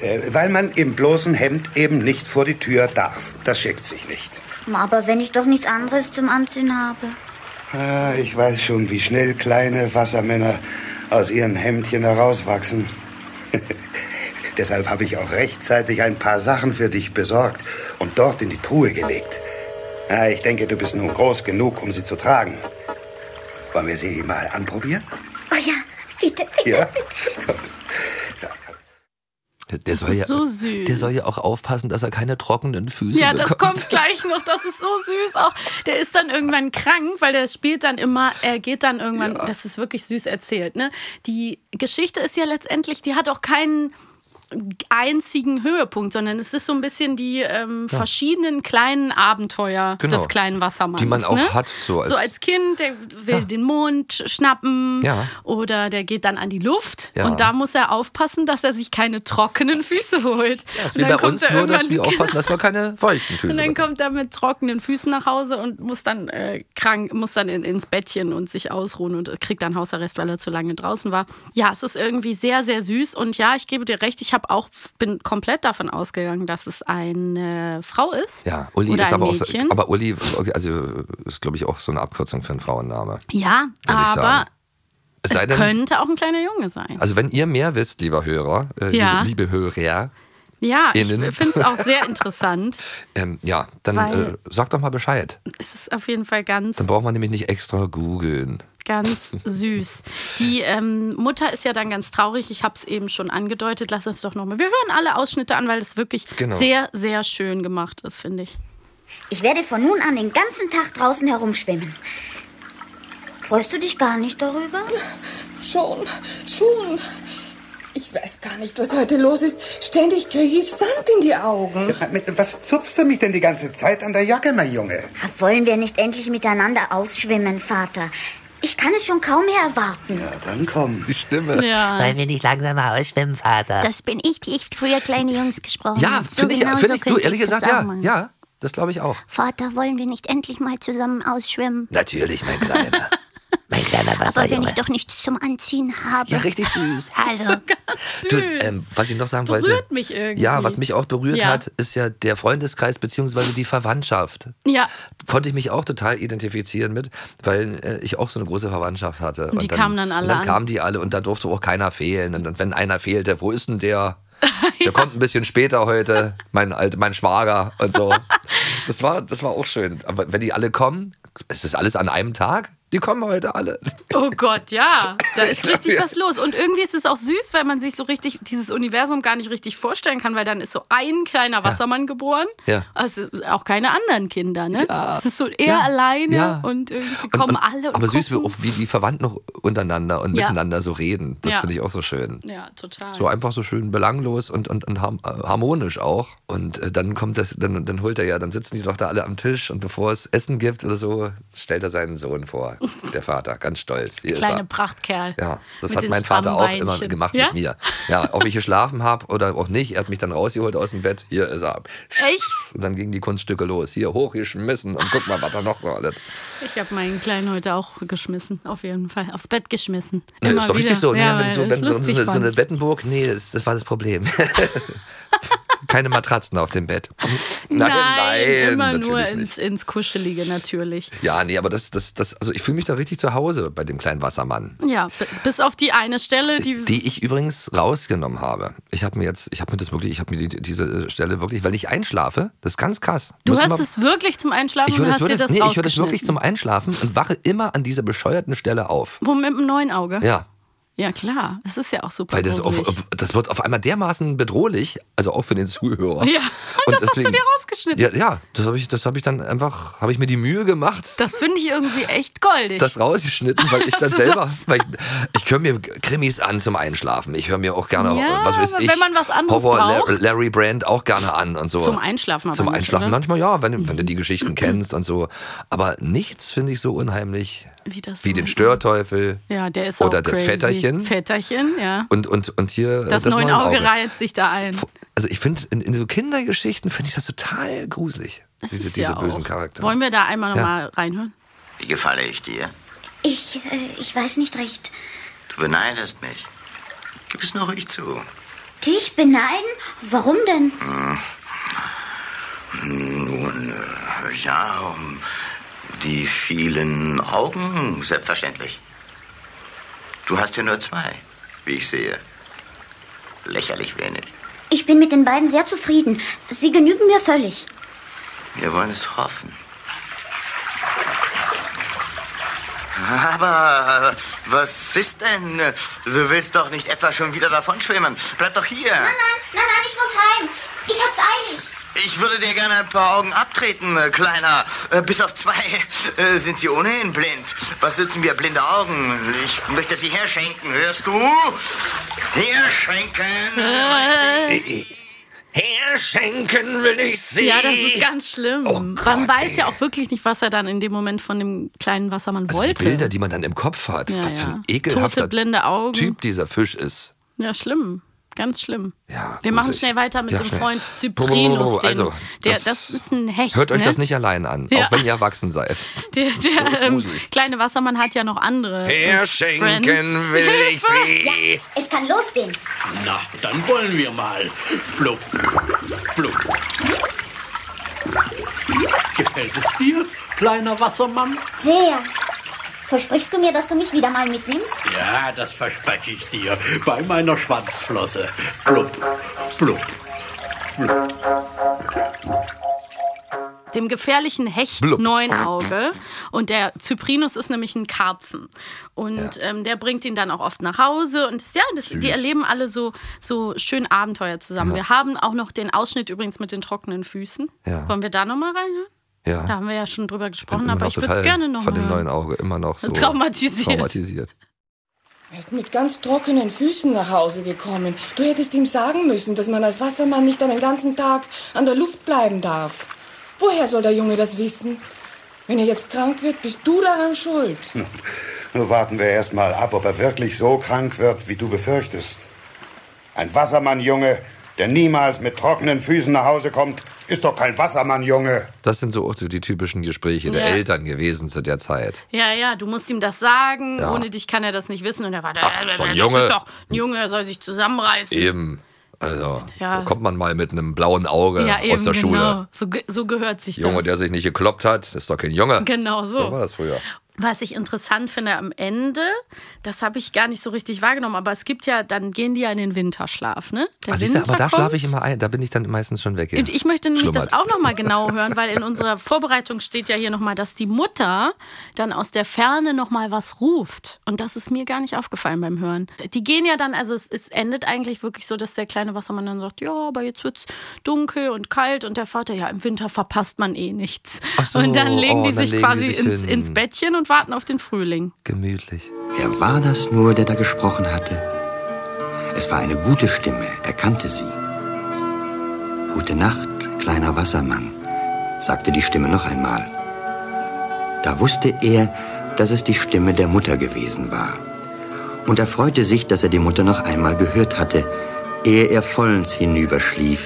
B: Äh, weil man im bloßen Hemd eben nicht vor die Tür darf. Das schickt sich nicht.
G: Aber wenn ich doch nichts anderes zum Anziehen habe.
F: Ah, ich weiß schon, wie schnell kleine Wassermänner aus ihren Hemdchen herauswachsen.
B: Deshalb habe ich auch rechtzeitig ein paar Sachen für dich besorgt und dort in die Truhe gelegt. Na, ich denke, du bist nun groß genug, um sie zu tragen. Wollen wir sie mal anprobieren?
G: Oh ja, bitte.
B: Ja.
E: Der,
C: Das
E: soll
C: ist
E: ja,
C: so süß.
E: Der soll ja auch aufpassen, dass er keine trockenen Füße
C: Ja,
E: bekommt.
C: das kommt gleich noch. Das ist so süß auch. Der ist dann irgendwann krank, weil der spielt dann immer, er geht dann irgendwann, das ist wirklich süß erzählt. Ne? Die Geschichte ist ja letztendlich, die hat auch keinen einzigen Höhepunkt, sondern es ist so ein bisschen die ähm, verschiedenen kleinen Abenteuer
E: Genau.
C: des kleinen Wassermanns.
E: Die man auch
C: ne?
E: hat, so als-
C: als, Kind, der will den Mond schnappen
E: Ja.
C: oder der geht dann an die Luft
E: Ja.
C: und da muss er aufpassen, dass er sich keine trockenen Füße holt.
E: Das ist
C: Und
E: wie
C: dann
E: bei
C: kommt
E: uns
C: er
E: nur, dass
C: irgendwann-
E: wir aufpassen, dass wir keine feuchten Füße
C: und dann
E: bekommen.
C: kommt er mit trockenen Füßen nach Hause und muss dann äh, krank, muss dann in, ins Bettchen und sich ausruhen und kriegt dann Hausarrest, weil er zu lange draußen war. Ja, es ist irgendwie sehr, sehr süß. Und ja, ich gebe dir recht, ich habe auch, bin komplett davon ausgegangen, dass es eine Frau ist.
E: Ja, Uli
C: oder
E: ist
C: ein
E: aber auch. so-
C: Mädchen.
E: Aber Uli, okay, also ist, glaube ich, auch so eine Abkürzung für einen Frauenname.
C: ja,
E: Würde ich
C: aber
E: sagen.
C: es
E: sei denn-
C: könnte auch ein kleiner Junge sein.
E: Also, wenn ihr mehr wisst, lieber Hörer, äh,
C: Ja.
E: liebe, liebe Hörer,
C: ja,
E: innen.
C: ich finde es auch sehr interessant.
E: ähm, ja, dann
C: Weil-
E: äh, sagt doch mal Bescheid.
C: es ist auf jeden Fall ganz
E: Dann braucht man nämlich nicht extra googeln.
C: Ganz süß. Die ähm, Mutter ist ja dann ganz traurig. Ich habe es eben schon angedeutet. Lass uns doch nochmal. Wir hören alle Ausschnitte an, weil es wirklich
E: Genau.
C: sehr, sehr schön gemacht ist, finde ich.
G: Ich werde von nun an den ganzen Tag draußen herumschwimmen. Freust du dich gar nicht darüber?
D: Schon, schon. Ich weiß gar nicht, was heute los ist. Ständig kriege ich Sand in die Augen.
B: Mit- Was zupfst du mich denn die ganze Zeit an der Jacke, mein Junge?
G: Wollen wir nicht endlich miteinander ausschwimmen, Vater? Ich kann es schon kaum mehr erwarten.
B: Na, dann komm.
E: Die Stimme.
C: Ja.
H: Wollen wir nicht langsam mal ausschwimmen, Vater?
I: Das bin ich, die ich früher kleine Jungs
C: Oh,
I: gesprochen
E: Ja,
I: habe.
E: finde ich,
I: genau
E: finde ich, du,
I: könnte
E: ehrlich
I: das
E: gesagt,
I: auch
E: ja.
I: machen.
E: Ja, das glaube ich auch.
I: Vater, wollen wir nicht endlich mal zusammen ausschwimmen?
E: Natürlich, mein Kleiner.
H: mein kleiner
I: Aber
J: Also,
I: wenn ich
J: äh,
H: Wasserjunge.
I: doch nichts zum Anziehen habe.
E: Ja, richtig süß.
I: Hallo.
E: Du,
C: Also Süß.
E: ähm, was ich noch sagen
C: Das
E: wollte.
C: berührt mich irgendwie.
E: Ja, was mich auch berührt
C: Ja.
E: hat, ist ja der Freundeskreis beziehungsweise die Verwandtschaft.
C: Ja.
E: Konnte ich mich auch total identifizieren mit, weil äh, ich auch so eine große Verwandtschaft hatte.
C: die kamen dann alle
E: Und dann
C: an.
E: kamen die alle und da durfte auch keiner fehlen. Und dann, wenn einer fehlte, wo ist denn der? Der kommt ein bisschen später heute, mein, alt, mein Schwager und so. Das war, das war auch schön. Aber wenn die alle kommen, ist das alles an einem Tag? Die kommen heute alle.
C: Oh Gott, ja. Da ist
E: glaub,
C: richtig
E: ja.
C: was los. Und irgendwie ist es auch süß, weil man sich so richtig dieses Universum gar nicht richtig vorstellen kann, weil dann ist so ein kleiner Wassermann geboren.
E: Ja.
C: Also auch keine anderen Kinder, ne? Es ist so er
E: Ja.
C: alleine
E: Ja.
C: und irgendwie
E: Und-
C: kommen
E: und,
C: alle. Und
E: aber süß, wie,
C: gucken.
E: auch wie die Verwandten noch untereinander und
C: Ja.
E: miteinander so reden. Das
C: Ja.
E: finde ich auch so schön.
C: Ja, total.
E: So einfach so schön belanglos und, und, und harm- äh, harmonisch auch. Und äh, dann kommt das, dann, dann holt er ja, dann sitzen die doch da alle am Tisch und bevor es Essen gibt oder so, stellt er seinen Sohn vor. Der Vater, ganz stolz. Hier
C: Kleine
E: ist er.
C: Prachtkerl.
E: Ja, das
C: Mit
E: hat
C: den
E: mein Vater auch immer
C: Stammweinchen.
E: gemacht
C: ja?
E: mit mir. Ja, ob ich geschlafen habe oder auch nicht, er hat mich dann rausgeholt aus dem Bett. Hier ist er.
C: Echt?
E: Und dann gingen die Kunststücke los. Hier hochgeschmissen und guck mal, was da noch so alles.
C: Ich habe meinen Kleinen heute auch geschmissen, auf jeden Fall. Aufs Bett geschmissen.
E: Nee, ist doch richtig so.
C: Ja,
E: ne? wenn
C: weil
E: so,
C: es
E: wenn so,
C: lustig
E: so, eine, so eine
C: fand.
E: Bettenburg, nee, das, das war das Problem. Keine Matratzen auf dem Bett.
C: Nein,
E: nein,
C: immer nur
E: natürlich
C: ins,
E: nicht.
C: ins Kuschelige natürlich.
E: Ja, nee, aber das, das, das, also ich fühle mich da richtig zu Hause bei dem kleinen Wassermann.
C: Ja, b- bis auf die eine Stelle, die,
E: Die ich übrigens rausgenommen habe. Ich habe mir jetzt, ich habe mir das wirklich, ich habe mir die, diese äh, Stelle wirklich, weil ich einschlafe, das ist ganz krass.
C: Du
E: Muss
C: hast
E: immer-
C: es wirklich zum Einschlafen
E: ich höre
C: und
E: das,
C: hast dir
E: wirklich-
C: das
E: nee, ich höre das
C: rausgeschnitten.
E: wirklich zum Einschlafen und wache immer an dieser bescheuerten Stelle auf.
C: Wo mit dem neuen Auge?
E: Ja,
C: Ja, klar. Das ist ja auch super.
E: Weil das, auf,
C: gruselig.
E: auf, das wird auf einmal dermaßen bedrohlich, also auch für den Zuhörer.
C: Ja, und das hast du dir rausgeschnitten.
E: Ja, ja das habe ich, das hab ich dann einfach, habe ich mir die Mühe gemacht,
C: das finde ich irgendwie echt goldig.
E: das rausgeschnitten, weil ich
C: Das
E: dann
C: ist
E: selber,
C: was.
E: weil ich, ich höre mir Krimis an zum Einschlafen. Ich höre mir auch gerne,
C: Ja,
E: was weiß
C: aber
E: ich,
C: wenn man was anderes
E: Horror,
C: braucht.
E: Larry, Larry Brand auch gerne an und so.
C: Zum Einschlafen aber
E: Zum
C: nicht,
E: Einschlafen
C: oder? Mhm.
E: manchmal, ja, wenn, wenn du die Geschichten kennst und so. Aber nichts finde ich so unheimlich
C: Wie das
E: wie
C: so
E: den
C: ein-
E: Störteufel
C: ja, der ist
E: oder
C: auch
E: das
C: crazy.
E: Vetterchen.
C: Vetterchen, ja.
E: und, und, und hier äh,
C: Das, neuen
E: Neunauge.
C: Auge reiht sich da ein.
E: Also ich finde, in, in so Kindergeschichten finde ich das total gruselig.
C: Das
E: diese
C: ist
E: diese
C: ja
E: bösen
C: auch.
E: Charaktere.
C: Wollen wir da einmal
E: Ja.
C: nochmal reinhören?
J: Wie gefalle ich dir?
G: Ich, äh, ich weiß nicht recht.
J: Du beneidest mich. Gib es nur ruhig zu.
G: Dich beneiden? Warum denn?
J: Nun, äh, ja, um die vielen Augen, selbstverständlich. Du hast ja nur zwei, wie ich sehe. Lächerlich wenig.
G: Ich bin mit den beiden sehr zufrieden. Sie genügen mir völlig.
J: Wir wollen es hoffen. Aber äh, was ist denn? Du willst doch nicht etwa schon wieder davon schwimmen. Bleib doch hier.
I: Nein, nein, nein, ich muss heim. Ich hab's eilig.
J: Ich würde dir gerne ein paar Augen abtreten, äh, Kleiner. Äh, Bis auf zwei äh, sind sie ohnehin blind. Was nützen mir blinde Augen? Ich möchte sie herschenken, hörst du? Herschenken!
E: Herschenken will ich sie.
C: Ja, das ist ganz schlimm.
E: Oh
C: man
E: Gott,
C: weiß
E: ey.
C: ja auch wirklich nicht, was er dann in dem Moment von dem kleinen Wassermann
E: Also die
C: wollte.
E: Bilder, die man dann im Kopf hat.
C: Ja,
E: was für
C: ja.
E: ein ekelhafter
C: Tote, blinde Augen.
E: Typ dieser Fisch ist.
C: Ja, schlimm. Ganz schlimm.
E: Ja,
C: Wir machen
E: gruselig.
C: schnell weiter mit
E: Ja,
C: dem
E: schnell.
C: Freund Cyprinus. Den,
E: Also,
C: der, das,
E: das-
C: ist ein Hecht.
E: Hört euch
C: ne?
E: das nicht allein an,
C: Ja.
E: auch wenn ihr erwachsen seid.
C: Der,
E: ist
C: der ähm,
E: gruselig.
C: kleine Wassermann hat ja noch andere. äh, Friends.
E: ich sie.
G: Es kann losgehen.
K: Na, dann wollen wir mal. Blub, blub. Gefällt es dir, kleiner Wassermann?
G: Sehr. Versprichst du mir, dass du mich wieder mal mitnimmst?
K: Ja, das verspreche ich dir. Bei meiner
B: äh,
K: Schwanzflosse. Blub, blub.
C: Dem gefährlichen Hecht
E: Blub.
C: Neunauge. Und der Cyprinus ist nämlich ein Karpfen. Und ähm, der bringt ihn dann auch oft nach Hause. Und das- ja, das, die erleben alle so, so schön Abenteuer zusammen. Wir haben auch noch den Ausschnitt übrigens mit den trockenen Füßen.
E: Ja.
C: Wollen wir da nochmal reinhören?
E: Ja.
C: Da haben wir ja schon drüber
E: Ich bin
C: gesprochen,
E: immer
C: aber
E: noch
C: ich würde es
E: total
C: gerne noch
E: Von
C: mal
E: dem
C: hören.
E: neuen Auge immer noch so
C: Traumatisiert.
E: traumatisiert.
D: Mit ganz trockenen Füßen nach Hause gekommen. Du hättest ihm sagen müssen, dass man als Wassermann nicht einen ganzen Tag an der Luft bleiben darf. Woher soll der Junge das wissen? Wenn er jetzt krank wird, bist du daran schuld.
F: Nur warten wir erst mal ab, ob er wirklich so krank wird, wie du befürchtest. Ein Wassermannjunge, der niemals mit trockenen Füßen nach Hause kommt, Ist doch kein Wassermann, Junge.
E: Das sind so auch so die typischen Gespräche der
C: Ja.
E: Eltern gewesen zu der Zeit.
C: Ja, ja, du musst ihm das sagen.
E: Ja.
C: Ohne dich kann er das nicht wissen. Und er war da.
E: Ach, so ein
C: das
E: Junge.
C: ist doch ein Junge, er soll sich zusammenreißen.
E: Eben. Also,
C: Ja.
E: da kommt man mal mit einem blauen Auge
C: ja, eben,
E: äh, aus der Schule.
C: genau. So, ge- so gehört sich
E: Junge,
C: das.
E: der sich nicht gekloppt hat, ist doch kein Junge.
C: Genau so.
E: So war das früher.
C: Was ich interessant finde am Ende, das habe ich gar nicht so richtig wahrgenommen, aber es gibt ja, dann gehen die ja in den Winterschlaf, ne? Der
E: Ah, siehst du, aber da
C: kommt.
E: schlafe ich immer ein, da bin ich dann meistens schon weg. ja.
C: Und ich möchte nämlich
E: Schlummert.
C: das auch nochmal genau hören, weil in unserer Vorbereitung steht ja hier nochmal, dass die Mutter dann aus der Ferne nochmal was ruft. Und das ist mir gar nicht aufgefallen beim Hören. Die gehen ja dann, also es, es endet eigentlich wirklich so, dass der kleine Wassermann dann sagt, ja, aber jetzt wird's dunkel und kalt und der Vater, ja, im Winter verpasst man eh nichts.
E: Ach so,
C: und dann legen
E: oh,
C: die
E: dann
C: sich
E: legen
C: quasi
E: die sich
C: ins,
E: hin.
C: ins Bettchen und warten auf den Frühling.
E: Gemütlich.
L: Wer war das nur, der da gesprochen hatte? Es war eine gute Stimme, er kannte sie. Gute Nacht, kleiner Wassermann, sagte die Stimme noch einmal. Da wusste er, dass es die Stimme der Mutter gewesen war. Und er freute sich, dass er die Mutter noch einmal gehört hatte, ehe er vollends hinüberschlief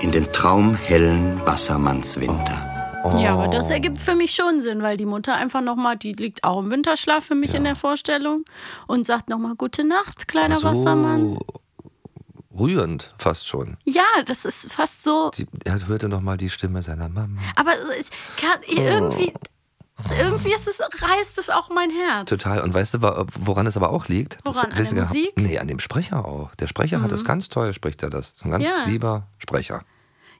L: in den Traum hellen Wassermannswinter.
C: Ja, aber
E: Oh.
C: das ergibt für mich schon Sinn, weil die Mutter einfach nochmal, die liegt auch im Winterschlaf für mich in der Vorstellung und sagt nochmal Gute Nacht, kleiner
E: so
C: Wassermann.
E: Rührend fast schon.
C: Ja, das ist fast so.
E: Die, er hörte nochmal die Stimme seiner Mama.
C: Aber es kann,
E: Oh.
C: irgendwie, irgendwie ist es, reißt es auch mein Herz.
E: Total. Und weißt du, wa- woran es aber auch liegt?
C: Woran? An
E: wisst
C: der
E: ihr-
C: Musik?
E: Nee, an dem Sprecher auch. Der Sprecher hat
C: Mhm.
E: das ganz toll, spricht er das. Ist ein ganz
C: Ja.
E: lieber Sprecher.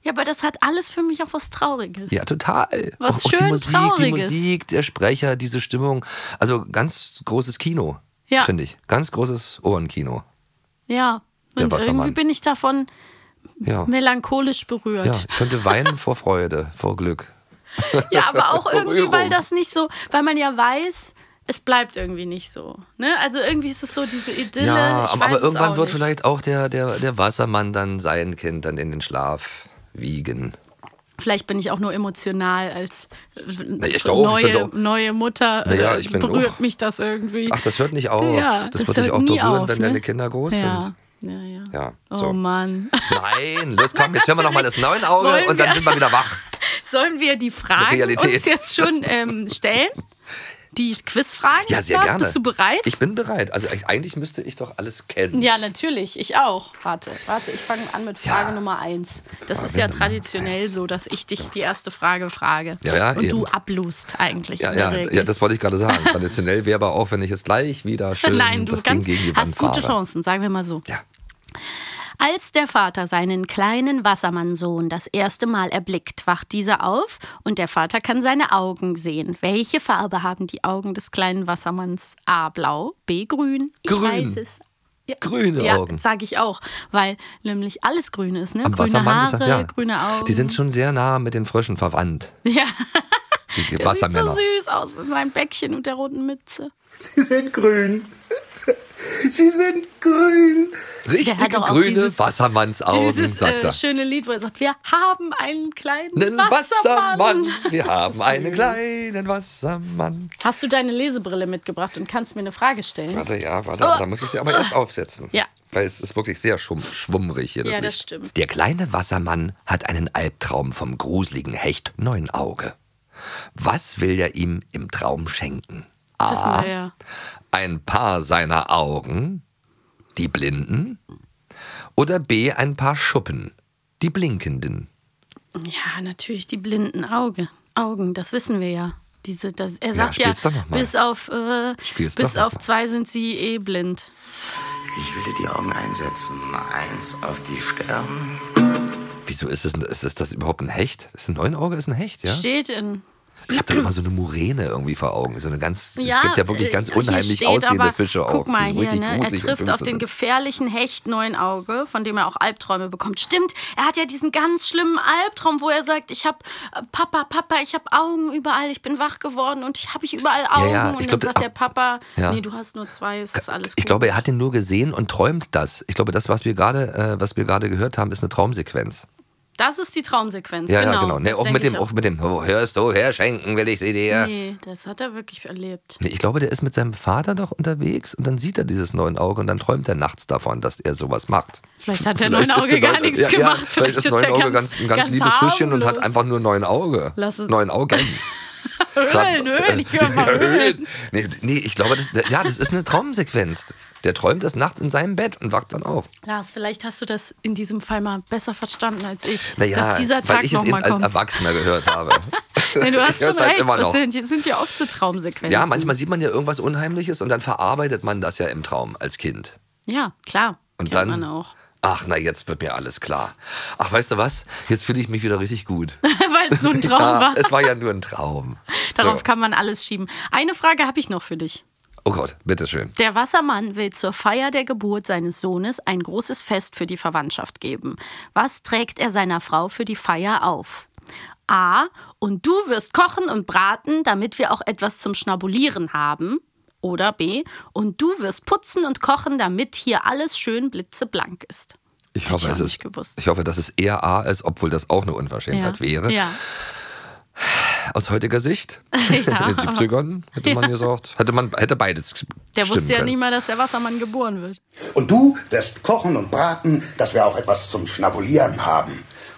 C: Ja, aber das hat alles für mich auch was Trauriges.
E: Ja, total.
C: Was
E: auch, auch
C: schön
E: die Musik, die
C: Trauriges.
E: Musik, der Sprecher, diese Stimmung. Also ganz großes Kino,
C: Ja.
E: finde ich. Ganz großes Ohrenkino.
C: Ja,
E: Der
C: und irgendwie
E: Wassermann.
C: bin ich davon
E: Ja.
C: melancholisch berührt.
E: Ja, ich könnte weinen vor Freude, vor Glück.
C: Ja, aber auch
E: Vor
C: irgendwie, weil
E: Rührung.
C: das nicht so, weil man ja weiß, es bleibt irgendwie nicht so. Ne? Also irgendwie ist es so diese Idylle.
E: Ja,
C: Äh, ich
E: aber,
C: weiß
E: aber
C: es
E: irgendwann
C: auch
E: wird
C: nicht.
E: vielleicht auch der, der, der Wassermann dann sein Kind dann in den Schlaf wiegen.
C: Vielleicht bin ich auch nur emotional als äh,
E: ich doch, ich
C: neue,
E: bin doch-
C: neue Mutter. äh,
E: Naja, ich bin-
C: berührt
E: uch.
C: mich das irgendwie.
E: Ach, das hört nicht auf.
C: Ja,
E: das
C: es
E: wird dich
C: hört
E: auch
C: nie
E: berühren,
C: auf,
E: wenn
C: ne?
E: deine Kinder groß
C: ja.
E: sind.
C: Ja, ja.
E: Ja,
C: Oh
E: so.
C: Mann.
E: Nein, los komm, jetzt hören wir nochmal das neue Auge
C: Wollen
E: und dann
C: wir-
E: sind wir wieder wach.
C: Sollen wir die Fragen
E: Realität.
C: uns jetzt schon ähm, stellen? Die Quizfragen?
E: Ja, sehr
C: Lars?
E: gerne.
C: Bist du bereit?
E: Ich bin bereit. Also eigentlich- eigentlich müsste ich doch alles kennen.
C: ja, natürlich. Ich auch. Warte, warte. Ich fange an mit Frage Nummer eins. Das ist ja traditionell so, dass ich dich die erste Frage frage.
E: Ja, ja,
C: und du
E: eben.
C: ablust eigentlich.
E: Ja,
C: in der
E: ja,
C: Regel.
E: ja, das wollte ich gerade sagen. Traditionell wäre aber auch, wenn ich jetzt gleich wieder schön
C: Nein, du
E: das Ding
C: kannst,
E: gegen die Wand
C: hast gute
E: fahre.
C: Chancen, sagen wir mal so. Als der Vater seinen kleinen Wassermannsohn das erste Mal erblickt, wacht dieser auf und der Vater kann seine Augen sehen. Welche Farbe haben die Augen des kleinen Wassermanns? A. Blau, B. Grün. Ich
E: Grün.
C: weiß es. Ja,
E: Grüne
C: ja,
E: Augen.
C: sage ich auch, weil nämlich alles grün ist, ne?
E: Am
C: grüne
E: Wassermann
C: Haare,
E: ist er, ja.
C: grüne Augen.
E: Die sind schon sehr nah mit den Fröschen verwandt.
C: ja,
E: Die
C: der sieht so
E: Wassermänner.
C: süß aus mit seinem Bäckchen und der roten Mütze.
F: Sie sind grün. Sie sind grün.
C: Der hat
E: Richtige
C: doch auch
E: grüne
C: dieses-
E: Wassermannsaugen,
C: Dieses
E: sagt
C: äh,
E: er.
C: schöne Lied, wo er sagt, wir haben einen kleinen
E: Einen
C: Wassermann.
E: Wassermann. Wir
C: Das
E: haben
C: ist
E: einen
C: süß.
E: kleinen Wassermann.
C: Hast du deine Lesebrille mitgebracht und kannst mir eine Frage stellen?
E: Warte, ja, warte, da muss ich sie aber erst aufsetzen.
C: Ja.
E: Weil es ist wirklich sehr schum schwummrig hier. Das
C: Ja, das
E: Licht.
C: stimmt.
E: Der kleine Wassermann hat einen Albtraum vom gruseligen Hecht Neunauge. Was will er ihm im Traum schenken?
C: Wissen
E: A.
C: wir ja.
E: Ein paar seiner Augen, die blinden. Oder B. Ein paar Schuppen, die blinkenden.
C: Ja, natürlich die blinden Auge. Augen, das wissen wir ja. Diese, das, er
E: Ja,
C: sagt ja,
E: spiel's doch noch mal.
C: bis auf, äh,
E: Spiel's doch
C: bis
E: noch
C: auf
E: mal.
C: zwei sind sie eh blind.
J: Ich würde die Augen einsetzen. Eins auf die Stirn.
E: Wieso ist es, denn- ist es das überhaupt ein Hecht? Ist ein Neunauge ist ein Hecht, ja?
C: Steht in.
E: Ich habe da immer so eine Muräne irgendwie vor Augen. So eine ganz,
C: Ja,
E: es gibt ja wirklich
C: äh,
E: ganz
C: hier
E: unheimlich
C: steht
E: aussehende
C: aber,
E: Fische auch.
C: Guck mal
E: die so
C: hier,
E: richtig
C: ne? Er
E: gruselig und
C: trifft auf
E: finster
C: den
E: sind.
C: gefährlichen Hecht Neunauge, von dem er auch Albträume bekommt. Stimmt, er hat ja diesen ganz schlimmen Albtraum, wo er sagt, ich habe Papa, Papa, ich habe Augen überall, ich bin wach geworden und ich habe ich überall Augen.
E: ja, ich
C: und
E: glaub,
C: dann sagt
E: ah,
C: der Papa,
E: ja.
C: nee, du hast nur zwei, es ist alles gut.
E: Ich glaube, er hat ihn nur gesehen und träumt das. Ich glaube, das, was wir gerade, äh, was wir gerade gehört haben, ist eine Traumsequenz.
C: Das ist die Traumsequenz,
E: ja,
C: genau.
E: ja, genau. Nee,
C: Das
E: auch,
C: denk
E: mit dem,
C: ich
E: auch mit dem, oh, hörst du, herschenken will ich sie dir.
C: Nee, das hat er wirklich erlebt.
E: Nee, Ich glaube, der ist mit seinem Vater doch unterwegs und dann sieht er dieses neuen Auge und dann träumt er nachts davon, dass er sowas macht.
C: Vielleicht hat der
E: Vielleicht
C: neuen
E: ist
C: Auge
E: der
C: gar
E: Neune-
C: nichts
E: ja,
C: gemacht.
E: Ja, vielleicht ist
C: er
E: neuen Auge ganz, ein ganz, liebes Fischchen und hat
C: harmlos.
E: einfach nur neun Auge.
C: Lass es-
E: Neun Augen.
C: Höhlen, höhlen, ich höre mal höhlen.
E: äh, nee, nee, ich glaube, das, ja, das ist eine Traumsequenz. Der träumt das nachts in seinem Bett und wacht dann auf.
C: Lars, vielleicht hast du das in diesem Fall mal besser verstanden als ich,
E: Naja,
C: dass dieser
E: weil
C: Tag
E: ich es eben
C: nochmal
E: als
C: kommt.
E: Erwachsener gehört habe.
C: Nee, du hast
E: Ich hör's
C: schon
E: halt
C: recht,
E: immer
C: das
E: noch.
C: sind, sind ja oft so Traumsequenzen.
E: Ja, manchmal sieht man ja irgendwas Unheimliches und dann verarbeitet man das ja im Traum als Kind.
C: Ja, klar.
E: Und
C: kennt
E: dann-
C: man auch.
E: Ach, na, jetzt wird mir alles klar. Ach, weißt du was? Jetzt fühle ich mich wieder richtig gut.
C: Weil es nur ein Traum
E: ja,
C: war.
E: Es war ja nur ein Traum.
C: Darauf
E: so.
C: kann man alles schieben. Eine Frage habe ich noch für dich.
E: Oh Gott, bitteschön.
C: Der Wassermann will zur Feier der Geburt seines Sohnes ein großes Fest für die Verwandtschaft geben. Was trägt er seiner Frau für die Feier auf? A. Und du wirst kochen und braten, damit wir auch etwas zum Schnabulieren haben. Oder B. Und du wirst putzen und kochen, damit hier alles schön blitzeblank ist.
E: Ich hoffe,
C: ich auch
E: es
C: nicht
E: ist,
C: gewusst.
E: ich hoffe, dass es eher A ist, obwohl das auch eine Unverschämtheit wäre.
C: Ja.
E: Aus heutiger Sicht,
C: Ja,
E: in den
C: aber-
E: 70ern, hätte man
C: Ja.
E: gesagt, hätte man hätte beides
C: Der
E: stimmen
C: wusste ja
E: können.
C: nie mal, dass der Wassermann geboren wird.
F: Und du wirst kochen und braten, dass wir auch etwas zum Schnabulieren haben.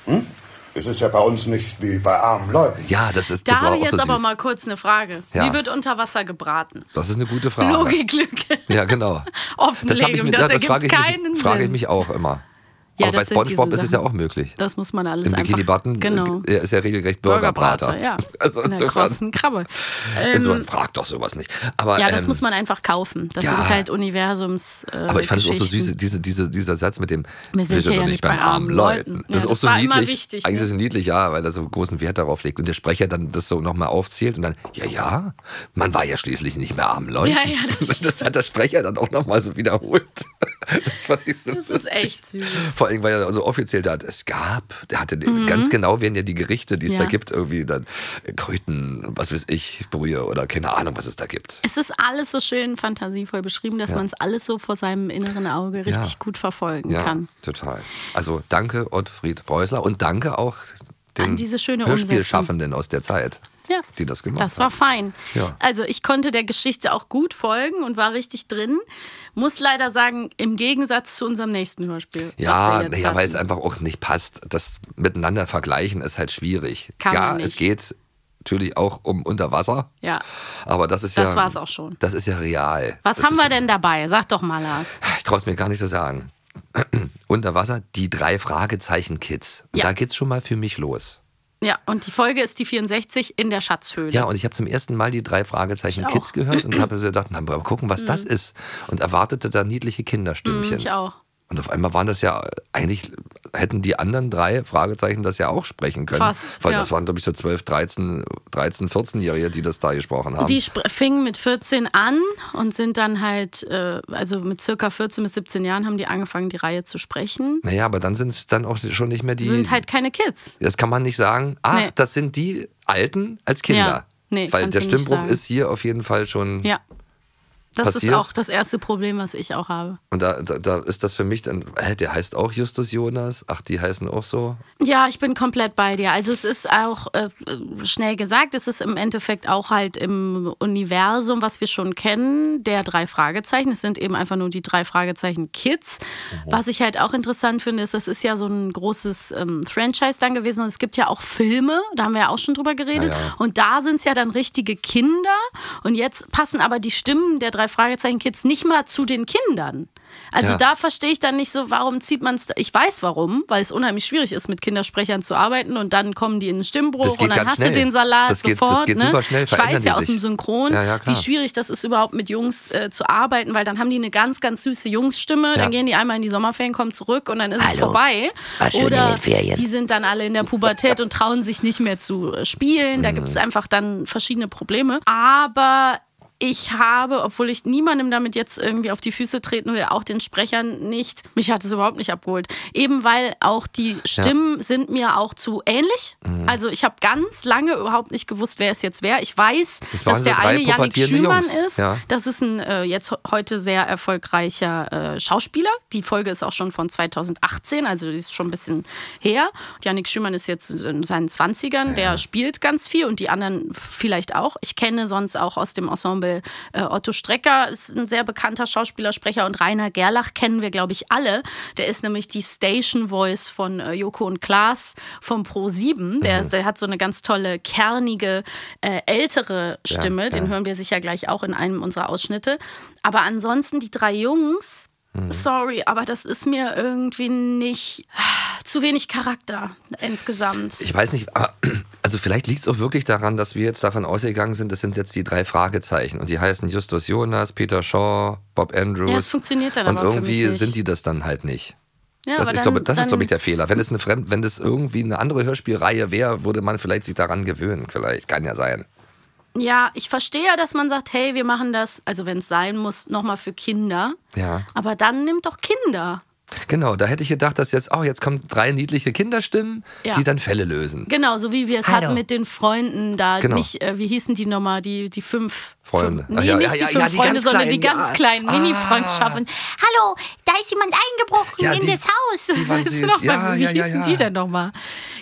F: Hm? Es ist ja bei uns nicht wie bei armen Leuten.
E: Ja, das ist,
C: Da
E: das war
C: habe ich
E: auch
C: jetzt
E: so
C: aber
E: süß.
C: mal kurz eine Frage.
E: Ja.
C: Wie wird unter Wasser gebraten?
E: Das ist eine gute Frage.
C: Logiklücke.
E: Ja, genau.
C: Offenlegung,
E: hab ich mir-
C: das
E: ja,
C: ergibt
E: frage ich
C: keinen
E: mich, frage ich
C: Sinn.
E: mich auch immer.
C: Ja,
E: Aber bei
C: das sind diese
E: Spongebob ist es ja
C: Sachen.
E: auch möglich.
C: Das muss man alles
E: Im
C: einfach.
E: Bikini Button
C: genau.
E: äh, ist ja regelrecht Burgerbrater.
C: ja.
E: Also
C: In der
E: insofern,
C: großen Krabbe.
E: insofern
C: Ähm,
E: frag doch sowas nicht. Aber,
C: ja, das
E: ähm,
C: muss man einfach kaufen. Das
E: ja.
C: sind halt Universums. Äh,
E: aber ich fand es auch so
C: Geschichten.
E: süß, diese, diese, dieser Satz mit dem
C: Wir sind hier ja nicht bei armen Leuten.
E: Das
C: Ja,
E: ist auch
C: das
E: so
C: war
E: niedlich.
C: immer wichtig,
E: Eigentlich
C: ne?
E: ist es niedlich, ja, weil er so großen Wert darauf legt. Und der Sprecher dann das so nochmal aufzählt und dann, ja, ja, man war ja schließlich nicht bei armen Leuten.
C: Ja, ja, das
E: das, hat der Sprecher dann auch nochmal so wiederholt. Das fand ich so
C: Das ist echt süß.
E: Vor allem, weil er so offiziell da hat, es gab, der hatte
C: Mhm.
E: ganz genau werden ja die Gerichte, die es
C: Ja.
E: da gibt, irgendwie dann äh, Kröten, was weiß ich, Brühe oder keine Ahnung, was es da gibt.
C: Es ist alles so schön fantasievoll beschrieben, dass
E: Ja.
C: man es alles so vor seinem inneren Auge
E: Ja.
C: richtig gut verfolgen
E: Ja,
C: kann.
E: total. Also danke Ottfried Preußler und danke auch den
C: An diese schöne
E: Hörspielschaffenden aus der Zeit,
C: Ja.
E: die das gemacht
C: Das war
E: haben.
C: fein.
E: Ja.
C: Also ich konnte der Geschichte auch gut folgen und war richtig drin. Muss leider sagen, im Gegensatz zu unserem nächsten Hörspiel. was
E: Ja,
C: wir jetzt
E: naja, weil es
C: hatten.
E: einfach auch nicht passt. Das miteinander vergleichen ist halt schwierig.
C: Kann
E: ja,
C: man nicht.
E: es geht natürlich auch um Unterwasser,
C: Ja.
E: aber das ist
C: Das
E: ja.
C: war's auch schon.
E: Das ist ja real.
C: Was
E: das
C: haben
E: ist,
C: wir denn dabei? Sag doch mal, Lars.
E: Ich traue es mir gar nicht zu sagen. Unter Wasser, die drei Fragezeichen Kids. Und
C: Ja.
E: da geht's schon mal für mich los.
C: Ja, und die Folge ist die 64 in der Schatzhöhle.
E: Ja, und ich habe zum ersten Mal die drei Fragezeichen
C: Ich auch.
E: Kids gehört und habe so gedacht, na, mal gucken, was das ist. Und erwartete da niedliche
C: Hm,
E: Kinderstimmchen.
C: ich auch.
E: Und auf einmal waren das ja, eigentlich hätten die anderen drei Fragezeichen das ja auch sprechen können.
C: Fast,
E: Weil
C: ja.
E: das waren, glaube ich, so 12, 13, 13 14-Jährige, die das da gesprochen haben.
C: Die spr- fingen mit 14 an und sind dann halt, äh, also mit circa 14 bis 17 Jahren haben die angefangen, die Reihe zu sprechen.
E: naja, aber dann sind es dann auch schon nicht mehr die.
C: sind halt keine Kids.
E: Jetzt kann man nicht sagen, ach,
C: Nee.
E: das sind die Alten als Kinder.
C: Ja, nee,
E: Weil
C: kannst
E: der
C: du nicht
E: Stimmbruch
C: sagen.
E: ist hier auf jeden Fall schon.
C: Ja. Das ist
E: Passiert?
C: auch das erste Problem, was ich auch habe.
E: Und da, da, da ist das für mich dann, hä, der heißt auch Justus Jonas, ach, die heißen auch so.
C: Ja, ich bin komplett bei dir. Also es ist auch äh, schnell gesagt, es ist im Endeffekt auch halt im Universum, was wir schon kennen, der drei Fragezeichen. Es sind eben einfach nur die drei Fragezeichen Kids.
E: Mhm.
C: Was ich halt auch interessant finde, ist, das ist ja so ein großes ähm, Franchise dann gewesen und es gibt ja auch Filme, da haben wir ja auch schon drüber geredet.
E: Ja, ja.
C: Und da sind es ja dann richtige Kinder und jetzt passen aber die Stimmen der drei Fragezeichen Kids nicht mal zu den Kindern. Also
E: Ja.
C: da verstehe ich dann nicht so, warum zieht man es. Ich weiß warum, weil es unheimlich schwierig ist, mit Kindersprechern zu arbeiten und dann kommen die in den Stimmbruch
E: Das geht
C: und dann
E: ganz
C: hast
E: schnell.
C: du den Salat
E: Das geht- das
C: sofort.
E: geht
C: ne?
E: super schnell,
C: ich
E: verändern
C: weiß ja
E: die
C: aus dem
E: sich.
C: Synchron,
E: Ja, ja,
C: wie
E: klar.
C: schwierig das ist, überhaupt mit Jungs äh, zu arbeiten, weil dann haben die eine ganz, ganz süße Jungsstimme,
E: Ja.
C: dann gehen die einmal in die Sommerferien, kommen zurück und dann ist es
H: Hallo.
C: vorbei.
H: War schön in
C: Oder
H: den Ferien.
C: die sind dann alle in der Pubertät und
E: Mhm.
C: trauen sich nicht mehr zu äh, spielen. Da gibt es einfach dann verschiedene Probleme. Aber Ich habe, obwohl ich niemandem damit jetzt irgendwie auf die Füße treten will, auch den Sprechern nicht, mich hat es überhaupt nicht abgeholt. Eben weil auch die Stimmen sind mir auch zu ähnlich.
E: Mhm.
C: Also ich habe ganz lange überhaupt nicht gewusst, wer es jetzt wäre. Ich weiß,
E: Das waren
C: dass
E: so
C: der
E: drei
C: eine Yannick
E: pubertierende
C: Schümann
E: Jungs.
C: ist.
E: Ja.
C: Das ist ein äh, jetzt ho- heute sehr erfolgreicher äh, Schauspieler. Die Folge ist auch schon von 2018, also die ist schon ein bisschen her. Und Yannick Schümann ist jetzt in seinen 20ern, der spielt ganz viel und die anderen vielleicht auch. Ich kenne sonst auch aus dem Ensemble äh, Otto Strecker, ist ein sehr bekannter Schauspieler, Sprecher und Rainer Gerlach kennen wir, glaube ich, alle. Der ist nämlich die Station Voice von äh, Joko und Klaas vom Pro 7. Der, der hat so eine ganz tolle, kernige, äh, ältere
I: Ja,
C: Stimme. Den
I: ja.
C: hören wir sicher gleich auch in einem unserer Ausschnitte. Aber ansonsten die drei Jungs.
I: Mhm.
C: Sorry, aber das ist mir irgendwie nicht zu wenig Charakter insgesamt.
E: Ich weiß nicht, aber, also vielleicht liegt es auch wirklich daran, dass wir jetzt davon ausgegangen sind, das sind jetzt die drei Fragezeichen und die heißen Justus Jonas, Peter Shaw, Bob Andrews.
C: Ja, es funktioniert dann
E: Und
C: aber für mich
E: irgendwie
C: nicht.
E: sind die das dann halt nicht.
C: Ja,
E: das
C: aber
E: ist,
C: dann-
E: glaube, das ist,
C: dann-
E: glaube ich, der Fehler. Wenn es eine Fremd, wenn das irgendwie eine andere Hörspielreihe wäre, würde man vielleicht sich daran gewöhnen. Vielleicht kann ja sein.
C: Ja, ich verstehe ja, dass man sagt, hey, wir machen das, also wenn es sein muss, nochmal für Kinder.
E: Ja,
C: Aber dann nimmt doch Kinder.
E: genau. Da hätte ich gedacht, dass jetzt auch jetzt kommen drei niedliche Kinderstimmen,
C: Ja.
E: die dann Fälle lösen.
C: Genau, so wie wir es
E: Hallo.
C: hatten mit den Freunden da.
E: Genau.
C: Nicht, äh, wie hießen die nochmal? Die, die fünf.
E: Freunde.
C: Fünf,
E: Ach
C: nee,
E: ja,
C: nicht
E: ja,
C: die
E: ja,
C: fünf
E: ja, die
C: Freunde,
E: ganz
C: sondern die
E: kleinen,
C: ganz
E: ja.
C: kleinen
E: Ah.
C: Mini-Freundschaften.
I: Hallo, da ist jemand eingebrochen
E: Ja,
I: in
E: die-
I: das Haus.
E: die waren
I: Weißt du
E: süß.
I: noch,
E: Ja,
I: wie
E: ja, ja,
I: hießen
E: ja.
I: die
C: denn nochmal?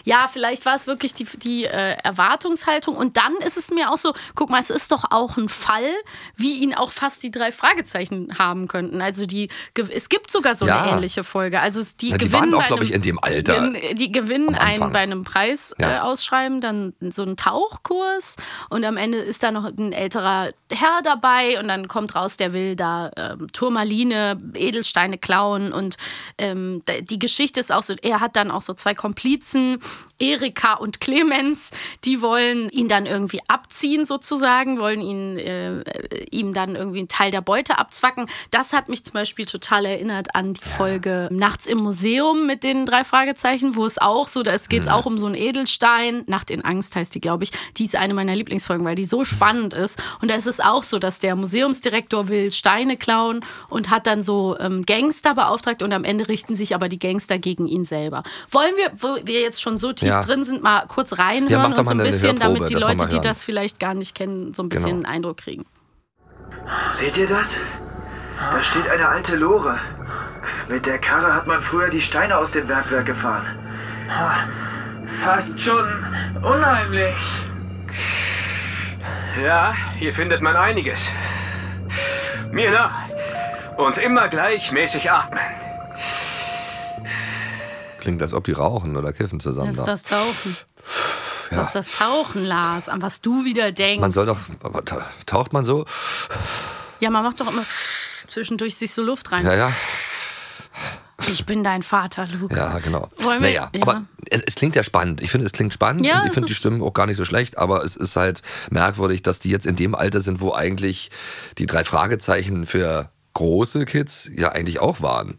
C: Ja, vielleicht war es wirklich die, die äh, Erwartungshaltung. Und dann ist es mir auch so, guck mal, es ist doch auch ein Fall, wie ihn auch fast die drei Fragezeichen haben könnten. Also die, ge- es gibt sogar so eine
E: Ja.
C: ähnliche Folge. Also es- die,
E: Na, die
C: gewinnen
E: waren auch,
C: bei
E: glaube
C: einem-
E: ich, in dem Alter.
C: Die, die gewinnen
E: Am Anfang.
C: einen bei einem Preis äh,
E: Ja.
C: ausschreiben, dann so einen Tauchkurs und am Ende ist da noch ein älterer Herr dabei und dann kommt raus, der will da ähm, Turmaline, Edelsteine klauen und ähm, d- die Geschichte ist auch so, er hat dann auch so zwei Komplizen, Erika und Clemens, die wollen ihn dann irgendwie abziehen sozusagen, wollen ihn äh, äh, ihm dann irgendwie einen Teil der Beute abzwacken. Das hat mich zum Beispiel total erinnert an die Folge Nachts im Museum mit den drei Fragezeichen, wo es auch so, da es geht
I: Mhm.
C: auch um so einen Edelstein. Nacht in Angst heißt die, glaube ich. Die ist eine meiner Lieblingsfolgen, weil die so spannend ist. Und da ist es auch so, dass der Museumsdirektor will Steine klauen und hat dann so ähm, Gangster beauftragt und am Ende richten sich aber die Gangster gegen ihn selber. Wollen wir, wo wir jetzt schon so tief
E: Ja.
C: drin sind, mal kurz reinhören
E: Ja, mach doch
C: und so ein
E: mal eine
C: bisschen,
E: Hörprobe,
C: damit die
E: dass wir mal
C: Leute, die
E: hören.
C: das vielleicht gar nicht kennen, so ein bisschen
E: Genau.
C: einen Eindruck kriegen.
M: Seht ihr das? Da steht eine alte Lore. Mit der Karre hat man früher die Steine aus dem Bergwerk gefahren.
N: Fast schon unheimlich. Ja, hier findet man einiges. Mir nach. Und immer gleichmäßig atmen.
E: Klingt, als ob die rauchen oder kiffen zusammen.
C: Das ist
E: da.
C: das Tauchen.
E: Ja.
C: Das ist das Tauchen, Lars, an was du wieder denkst.
E: Man soll doch, aber ta- taucht man so?
C: Ja, man macht doch immer zwischendurch sich so Luft rein.
E: Ja, ja,
C: Ich bin dein Vater, Luke.
E: ja, genau.
C: Wollen wir-
E: naja,
C: ja.
E: aber es, es klingt ja spannend. Ich finde, es klingt spannend
C: Ja,
E: und
C: es
E: ich finde die
C: ist-
E: Stimmen auch gar nicht so schlecht, aber es ist halt merkwürdig, dass die jetzt in dem Alter sind, wo eigentlich die drei Fragezeichen für große Kids ja eigentlich auch waren.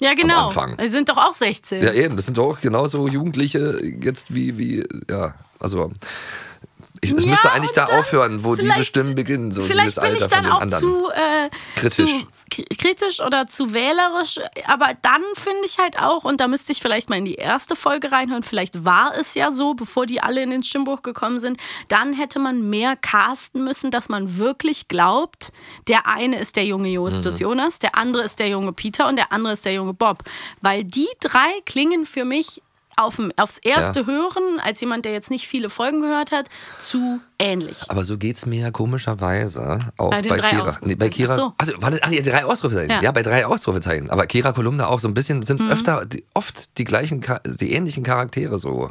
C: Ja,
E: Am
C: genau.
E: Anfang.
C: Sie sind doch auch 16.
E: Ja, eben, das sind doch auch genauso Jugendliche jetzt wie, wie ja, also ich, es
C: Ja,
E: müsste eigentlich
C: und
E: da
C: dann
E: aufhören, wo diese
C: vielleicht-
E: Stimmen beginnen, so dieses
C: Vielleicht bin
E: Alter
C: ich dann
E: von den
C: auch
E: anderen.
C: zu äh,
E: Kritisch.
C: Zu k- kritisch oder zu wählerisch, aber dann finde ich halt auch, und da müsste ich vielleicht mal in die erste Folge reinhören, vielleicht war es ja so, bevor die alle in den Stimmbuch gekommen sind, dann hätte man mehr casten müssen, dass man wirklich glaubt, der eine ist der junge Justus
I: Mhm.
C: Jonas, der andere ist der junge Peter und der andere ist der junge Bob. Weil die drei klingen für mich aufm, aufs erste
E: Ja.
C: Hören, als jemand, der jetzt nicht viele Folgen gehört hat, zu ähnlich.
E: Aber so geht's mir ja komischerweise auch
C: Bei
E: bei,
C: den drei
E: Kira.
C: Ausrufezeichen.
E: Nee, bei Kira.
C: Ach so.
E: Also, warte, ach, ja, drei Ausrufezeichen.
C: Ja.
E: Ja. bei drei Ausrufezeichen. Aber Kira Kolumna auch so ein bisschen, sind
C: Mhm.
E: öfter, die, oft die gleichen, Cha- die ähnlichen Charaktere so.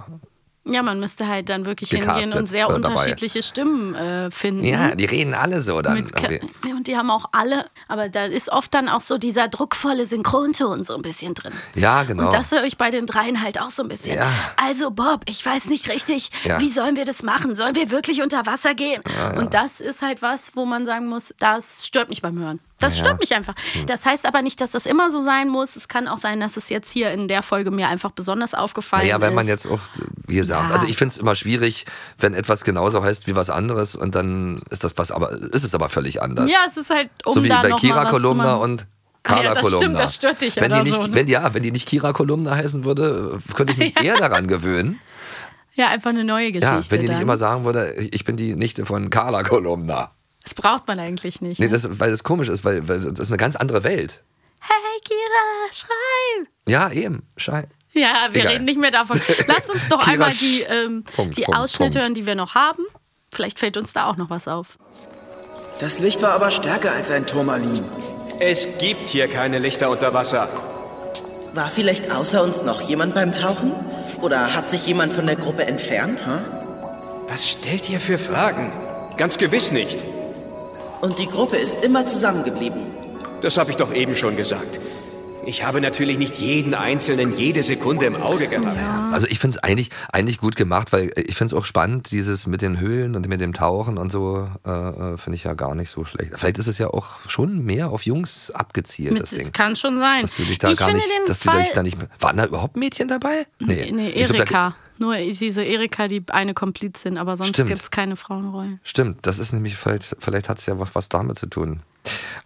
C: Ja, man müsste halt dann wirklich hingehen
E: Gecastet
C: und sehr
E: oder dabei.
C: unterschiedliche Stimmen äh, finden.
E: Ja, die reden alle so dann.
C: Mit Ka-
E: irgendwie.
C: Ja, und die haben auch alle, aber da ist oft dann auch so dieser druckvolle Synchronton so ein bisschen drin.
E: Ja, genau.
C: Und das höre ich bei den dreien halt auch so ein bisschen.
E: Ja.
C: Also Bob, ich weiß nicht richtig,
E: Ja.
C: wie sollen wir das machen? Sollen wir wirklich unter Wasser gehen?
E: Ja, ja.
C: Und das ist halt was, wo man sagen muss, das stört mich beim Hören. Das
E: Naja.
C: stört mich einfach.
E: Hm.
C: Das heißt aber nicht, dass das immer so sein muss. Es kann auch sein, dass es jetzt hier in der Folge mir einfach besonders aufgefallen
E: Naja,
C: ist.
E: wenn man jetzt auch, wie gesagt,
C: Ja.
E: also ich finde es immer schwierig, wenn etwas genauso heißt wie was anderes und dann ist das was, aber ist es aber völlig anders.
C: ja, es ist halt um
E: so wie
C: da
E: bei
C: noch mal
E: Kira
C: was zu
E: Kolumna
C: machen.
E: und
C: Ah
E: Carla
C: ja, das
E: Kolumna.
C: stimmt, das stört dich ja
E: wenn die
C: da
E: nicht,
C: so, ne?
E: wenn, Ja, wenn die nicht Kira Kolumna heißen würde, könnte ich mich eher daran gewöhnen.
C: Ja, einfach eine neue Geschichte.
E: Ja, wenn die nicht
C: dann.
E: immer sagen würde, ich bin die Nichte von Carla Kolumna.
C: das braucht man eigentlich nicht.
E: Nee,
C: ne?
E: das, weil das komisch ist, weil, weil das ist eine ganz andere Welt.
C: hey Kira, schreib!
E: Ja, eben. Schei.
C: Ja, wir
E: Egal.
C: reden nicht mehr davon. Lass uns doch
E: Kira,
C: einmal die, ähm,
E: Punkt,
C: die
E: Punkt,
C: Ausschnitte
E: Punkt.
C: hören, die wir noch haben. Vielleicht fällt uns da auch noch was auf.
O: Das Licht war aber stärker als ein Turmalin.
P: Es gibt hier keine Lichter unter Wasser.
O: War vielleicht außer uns noch jemand beim Tauchen? Oder hat sich jemand von der Gruppe entfernt?
P: Was stellt ihr für Fragen? Ganz gewiss nicht.
O: Und die Gruppe ist immer zusammengeblieben.
P: Das habe ich doch eben schon gesagt. Ich habe natürlich nicht jeden Einzelnen jede Sekunde im Auge gehabt.
E: Also ich finde es eigentlich, eigentlich gut gemacht, weil ich finde es auch spannend, dieses mit den Höhlen und mit dem Tauchen und so, äh, äh, finde ich ja gar nicht so schlecht. Vielleicht ist es ja auch schon mehr auf Jungs abgezielt, das Ding.
C: Kann schon sein.
E: Dass du dich da
C: ich
E: gar
C: finde
E: nicht,
C: den
E: dass du
C: Fall,
E: dich da nicht, waren da überhaupt Mädchen dabei? Nee,
C: Nee,
E: Ich glaub, da-
C: Erika. Nur diese Erika, die eine Komplizin, aber sonst
E: Stimmt.
C: gibt es keine Frauenrollen.
E: Stimmt, das ist nämlich, vielleicht, vielleicht hat es ja was, was damit zu tun.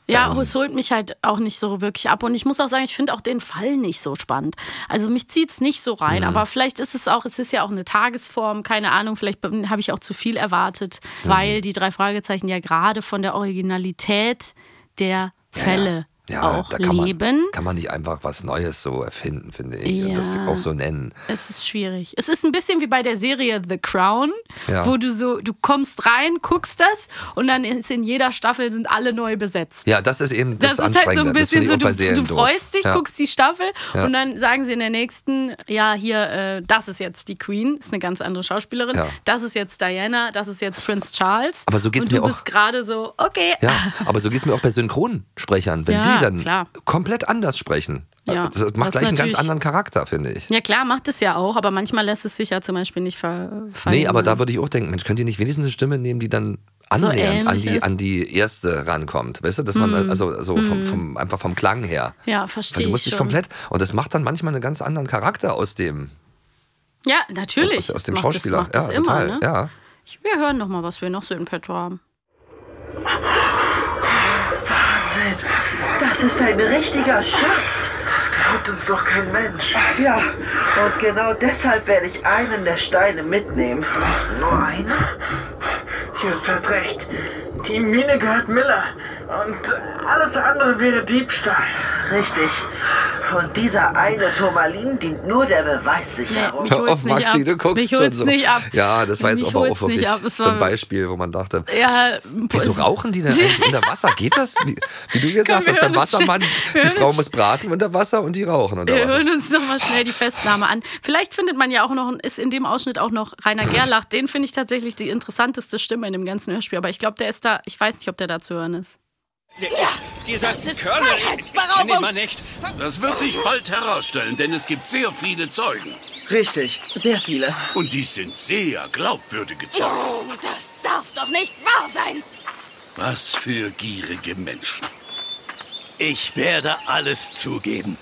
C: Ja,
E: Ähm.
C: es holt mich halt auch nicht so wirklich ab. Und ich muss auch sagen, ich finde auch den Fall nicht so spannend. Also mich zieht es nicht so rein.
E: Mhm.
C: Aber vielleicht ist es auch, es ist ja auch eine Tagesform, keine Ahnung, vielleicht bin- habe ich auch zu viel erwartet,
E: Mhm.
C: weil die drei Fragezeichen ja gerade von der Originalität der Fälle
E: Ja,
C: auch
E: da kann man,
C: leben.
E: kann man nicht einfach was Neues so erfinden, finde ich. Und das
C: Ja.
E: auch so nennen.
C: Es ist schwierig. Es ist ein bisschen wie bei der Serie The Crown,
E: Ja.
C: wo du so, du kommst rein, guckst das und dann ist in jeder Staffel sind alle neu besetzt.
E: Ja, das ist eben das,
C: Das, ist halt so ein
E: Anstrengende. Das
C: bisschen so,
E: finde ich auch bei
C: du,
E: Serien
C: du
E: doof.
C: freust dich,
E: Ja.
C: guckst die Staffel
E: Ja.
C: und dann sagen sie in der nächsten, ja, hier, äh, das ist jetzt die Queen, ist eine ganz andere Schauspielerin,
E: Ja.
C: das ist jetzt Diana, das ist jetzt Prince Charles.
E: Aber so geht's
C: und du
E: mir auch.
C: bist gerade so, okay.
E: Ja, aber so geht es mir auch bei Synchronsprechern, wenn
C: Ja,
E: die dann
C: klar.
E: komplett anders sprechen. äh,
C: Ja,
E: das macht
C: das
E: gleich einen ganz
C: natürlich-
E: anderen Charakter, finde ich.
C: Ja klar, macht es ja auch, aber manchmal lässt es sich ja zum Beispiel nicht ver
E: Nee,
C: verhindern.
E: aber da würde ich auch denken, Mensch, könnt ihr nicht wenigstens eine Stimme nehmen, die dann annähernd an,
C: ähnlich
E: die,
C: ist?
E: an die erste rankommt? Weißt du, dass man,
C: Mm.
E: also so vom,
C: Mm.
E: vom, einfach vom Klang her.
C: Ja,
E: Weil
C: verstehe
E: du musst
C: ich
E: dich
C: schon.
E: komplett, und das macht dann manchmal einen ganz anderen Charakter aus dem,
C: Ja, natürlich.
E: aus, aus dem
C: macht
E: Schauspieler.
C: Das, macht das
E: ja,
C: immer,
E: total.
C: ne?
E: Ja.
C: Ich- Wir hören noch mal, was wir noch so in petto haben.
Q: Wahnsinn! Das ist ein richtiger Schatz! Das glaubt uns doch kein Mensch. Ja, und genau deshalb werde ich einen der Steine mitnehmen. Nur einen?
M: Hughes hat recht. Die Mine gehört Miller. Und alles andere wäre Diebstahl.
Q: Richtig. Und dieser eine Turmalin dient nur der Beweissicherung.
E: Hör auf, Maxi, du guckst
C: Mich
E: schon
C: holt's
E: so.
C: nicht ab.
E: Ja, das war jetzt
C: Mich
E: aber
C: holt's
E: auch
C: nicht
E: wirklich
C: ab. Es
E: so ein
C: war-
E: Beispiel, wo man dachte,
C: Ja,
E: wieso rauchen die denn eigentlich unter Wasser? Geht das? Wie, wie du gesagt
C: Komm, wir
E: hast, beim
C: hören uns
E: Wassermann,
C: schnell- wir
E: die
C: hören
E: Frau
C: uns-
E: muss braten unter Wasser und die rauchen unter
C: Wir
E: Wasser.
C: hören uns noch mal schnell die Festnahme an. Vielleicht findet man ja auch noch, ist in dem Ausschnitt auch noch Rainer Gerlach. Den finde ich tatsächlich die interessanteste Stimme in dem ganzen Hörspiel. Aber ich glaube, der ist da, ich weiß nicht, ob der da zu hören ist.
R: Ja, Dieser
S: das ist
R: Colonel, ich
S: Freiheitsberaubung.
R: kenne ihn mal nicht. Das wird sich bald herausstellen, denn es gibt sehr viele Zeugen.
O: Richtig, sehr viele.
R: Und die sind sehr glaubwürdige Zeugen.
S: Oh, das darf doch nicht wahr sein.
R: Was für gierige Menschen. Ich werde alles zugeben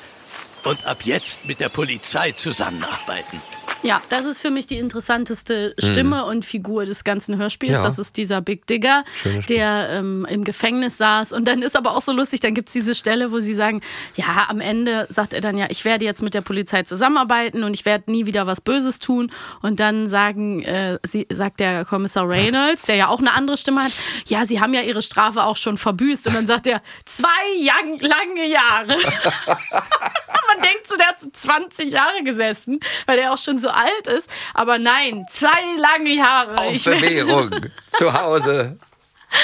R: und ab jetzt mit der Polizei zusammenarbeiten.
C: Ja, das ist für mich die interessanteste Stimme und Figur des ganzen Hörspiels.
R: Ja.
C: Das ist dieser Big Digger,
R: Schönes Spiel.
C: der ähm, im Gefängnis saß. Und dann ist aber auch so lustig, dann gibt es diese Stelle, wo sie sagen, ja, am Ende sagt er dann ja, ich werde jetzt mit der Polizei zusammenarbeiten und ich werde nie wieder was Böses tun. Und dann sagen, äh, sie, sagt der Kommissar Reynolds, der ja auch eine andere Stimme hat, ja, sie haben ja ihre Strafe auch schon verbüßt. Und dann sagt er, zwei Yang- lange Jahre. Man denkt so, der hat so 20 Jahre gesessen, weil er auch schon so alt ist. Aber nein, zwei lange Jahre.
E: Auf
C: Ich werde-
E: Bewährung, zu Hause,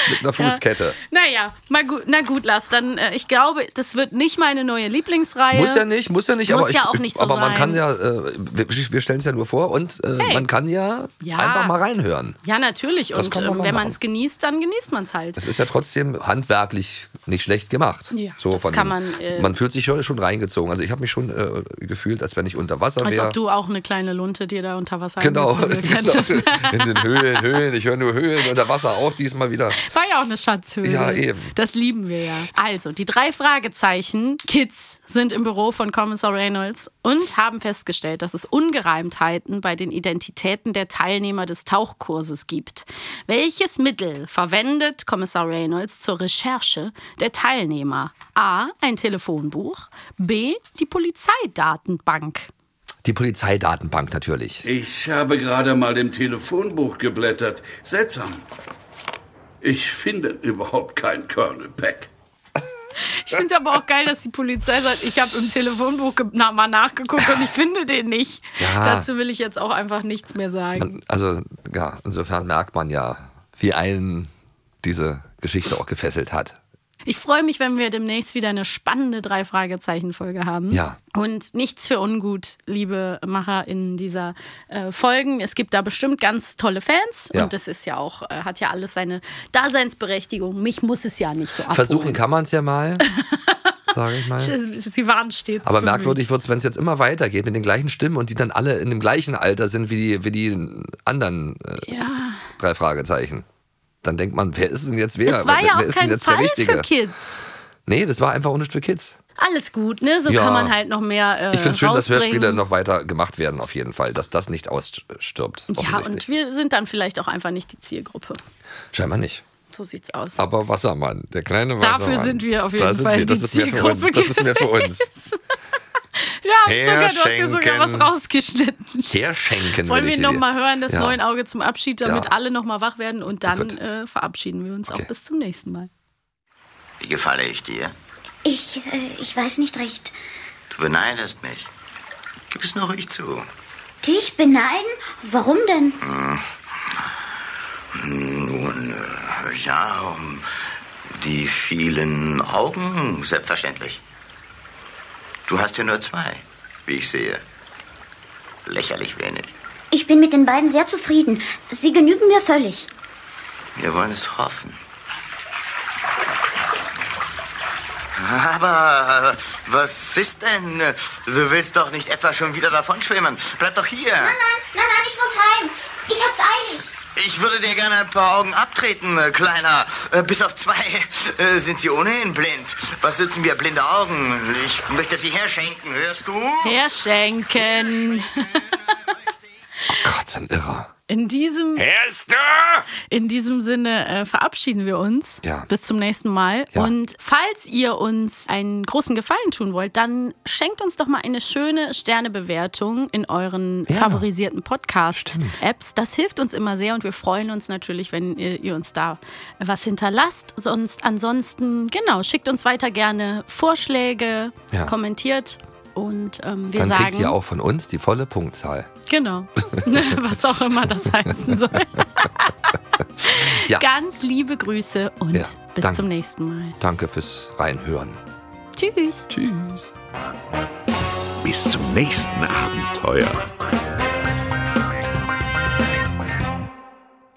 E: mit einer Fußkette.
C: Naja, mal gut, na gut, Lars, dann, äh, ich glaube, das wird nicht meine neue Lieblingsreihe.
E: Muss ja nicht, muss ja nicht,
C: Muss
E: aber, ich,
C: ja auch nicht so
E: aber man
C: sein.
E: kann ja, äh, wir, wir stellen es ja nur vor und äh,
C: Hey.
E: man kann ja,
C: Ja.
E: einfach mal reinhören.
C: Ja, natürlich.
E: Das
C: Und
E: kann man
C: ähm,
E: mal
C: wenn
E: machen.
C: man es genießt, dann genießt man es halt.
E: Es ist ja trotzdem handwerklich nicht schlecht gemacht.
C: Ja,
E: so
C: das
E: von
C: kann
E: dem-
C: man, äh,
E: man fühlt sich schon schon reingezogen. Also ich habe mich schon äh, gefühlt, als wenn ich unter Wasser
C: Als
E: wäre.
C: ob du auch eine kleine Lunte dir da unter Wasser
E: Genau,
C: angezündet
E: genau.
C: hättest.
E: In den Höhlen, Höhlen. Ich höre nur Höhlen unter Wasser auch diesmal wieder.
C: War ja auch eine Schatzhöhle.
E: Ja, eben.
C: Das lieben wir ja. Also, die drei Fragezeichen Kids sind im Büro von Kommissar Reynolds und haben festgestellt, dass es Ungereimtheiten bei den Identitäten der Teilnehmer des Tauchkurses gibt. Welches Mittel verwendet Kommissar Reynolds zur Recherche der Teilnehmer? A. Ein Telefonbuch. B. Die Polizeidatenbank.
E: Die Polizeidatenbank natürlich.
T: Ich habe gerade mal im Telefonbuch geblättert. Seltsam. Ich finde überhaupt keinen Colonel Peck.
C: Ich finde es aber auch geil, dass die Polizei sagt, ich habe im Telefonbuch ge- na, mal nachgeguckt und ich finde den nicht.
E: Ja.
C: Dazu will ich jetzt auch einfach nichts mehr sagen.
E: Man, also, ja, insofern merkt man ja, wie einen diese Geschichte auch gefesselt hat.
C: Ich freue mich, wenn wir demnächst wieder eine spannende Drei-Fragezeichen-Folge haben.
E: Ja.
C: Und nichts für ungut, liebe Macher in dieser äh, Folgen. Es gibt da bestimmt ganz tolle Fans
E: Ja.
C: und das ist ja auch, äh, hat ja alles seine Daseinsberechtigung. Mich muss es ja nicht so abholen.
E: Versuchen kann man es ja mal, sage ich mal.
C: Sie waren stets.
E: Aber
C: bemüht.
E: merkwürdig wird es, wenn es jetzt immer weitergeht mit den gleichen Stimmen und die dann alle in dem gleichen Alter sind wie die, wie die anderen äh,
C: Ja.
E: drei Fragezeichen. Dann denkt man, wer ist denn jetzt wer?
C: es war
E: wer
C: ja
E: wer
C: auch
E: ist denn
C: kein
E: jetzt der
C: Fall
E: Richtige?
C: für Kids.
E: Nee, das war einfach auch nicht für Kids.
C: Alles gut, ne? So
E: Ja.
C: kann man halt noch mehr. Äh,
E: Ich finde schön, dass
C: rausbringen.
E: Hörspiele noch weiter gemacht werden, auf jeden Fall, dass das nicht ausstirbt.
C: Ja, und wir sind dann vielleicht auch einfach nicht die Zielgruppe.
E: Scheinbar nicht.
C: So sieht's aus.
E: Aber Wassermann, der kleine Wassermann.
C: Dafür sind wir auf
E: Da
C: jeden
E: sind
C: Fall
E: wir, das
C: die
E: ist mehr für
C: Zielgruppe
E: uns. Das ist mehr für uns.
C: Ja, sogar, du hast hier sogar was
E: Herschenken.
C: rausgeschnitten.
E: Herschenken.
C: Wollen
E: will
C: wir
E: ich
C: nochmal
E: dir.
C: hören, das
E: ja.
C: neuen Auge zum Abschied, damit
E: Ja. Oh
C: alle nochmal wach werden und dann
E: Gut.
C: äh, verabschieden wir uns auch bis zum nächsten Mal.
J: Wie gefalle ich dir?
G: Ich, äh, ich weiß nicht recht.
J: Du beneidest mich. Gib es nur ruhig zu.
G: Dich beneiden? Warum denn?
J: Nun, äh, ja, um die vielen Augen, selbstverständlich. Du hast ja nur zwei, wie ich sehe. Lächerlich wenig.
G: Ich bin mit den beiden sehr zufrieden. Sie genügen mir völlig.
J: Wir wollen es hoffen. Aber äh, was ist denn? Du willst doch nicht etwa schon wieder davon schwimmen. Bleib doch hier.
I: Nein, nein, nein, ich muss heim. Ich hab's eilig.
J: Ich würde dir gerne ein paar Augen abtreten, äh, Kleiner. Äh, Bis auf zwei äh, sind sie ohnehin blind. Was nützen mir blinde Augen? Ich möchte sie herschenken, hörst du?
C: Herschenken.
E: Gott, so ein Irrer.
C: In diesem,
E: Hörst
C: in diesem Sinne äh, verabschieden wir uns.
E: Ja.
C: Bis zum nächsten Mal. Und falls ihr uns einen großen Gefallen tun wollt, dann schenkt uns doch mal eine schöne Sternebewertung in euren
E: Ja.
C: favorisierten Podcast-Apps. Das hilft uns immer sehr und wir freuen uns natürlich, wenn ihr, ihr uns da was hinterlasst. Sonst ansonsten, genau, schickt uns weiter gerne Vorschläge,
E: Ja.
C: kommentiert und ähm, wir
E: Dann
C: sagen.
E: kriegt ihr auch von uns die volle Punktzahl.
C: Genau. Was auch immer das heißen soll.
E: Ja.
C: Ganz liebe Grüße und
E: Ja,
C: bis
E: danke.
C: zum nächsten Mal.
E: Danke fürs Reinhören.
C: Tschüss.
E: Tschüss.
A: Bis zum nächsten Abenteuer.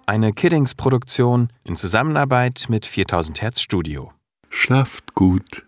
U: Eine Kiddings-Produktion in Zusammenarbeit mit 4000 Hertz Studio.
A: Schlaft gut.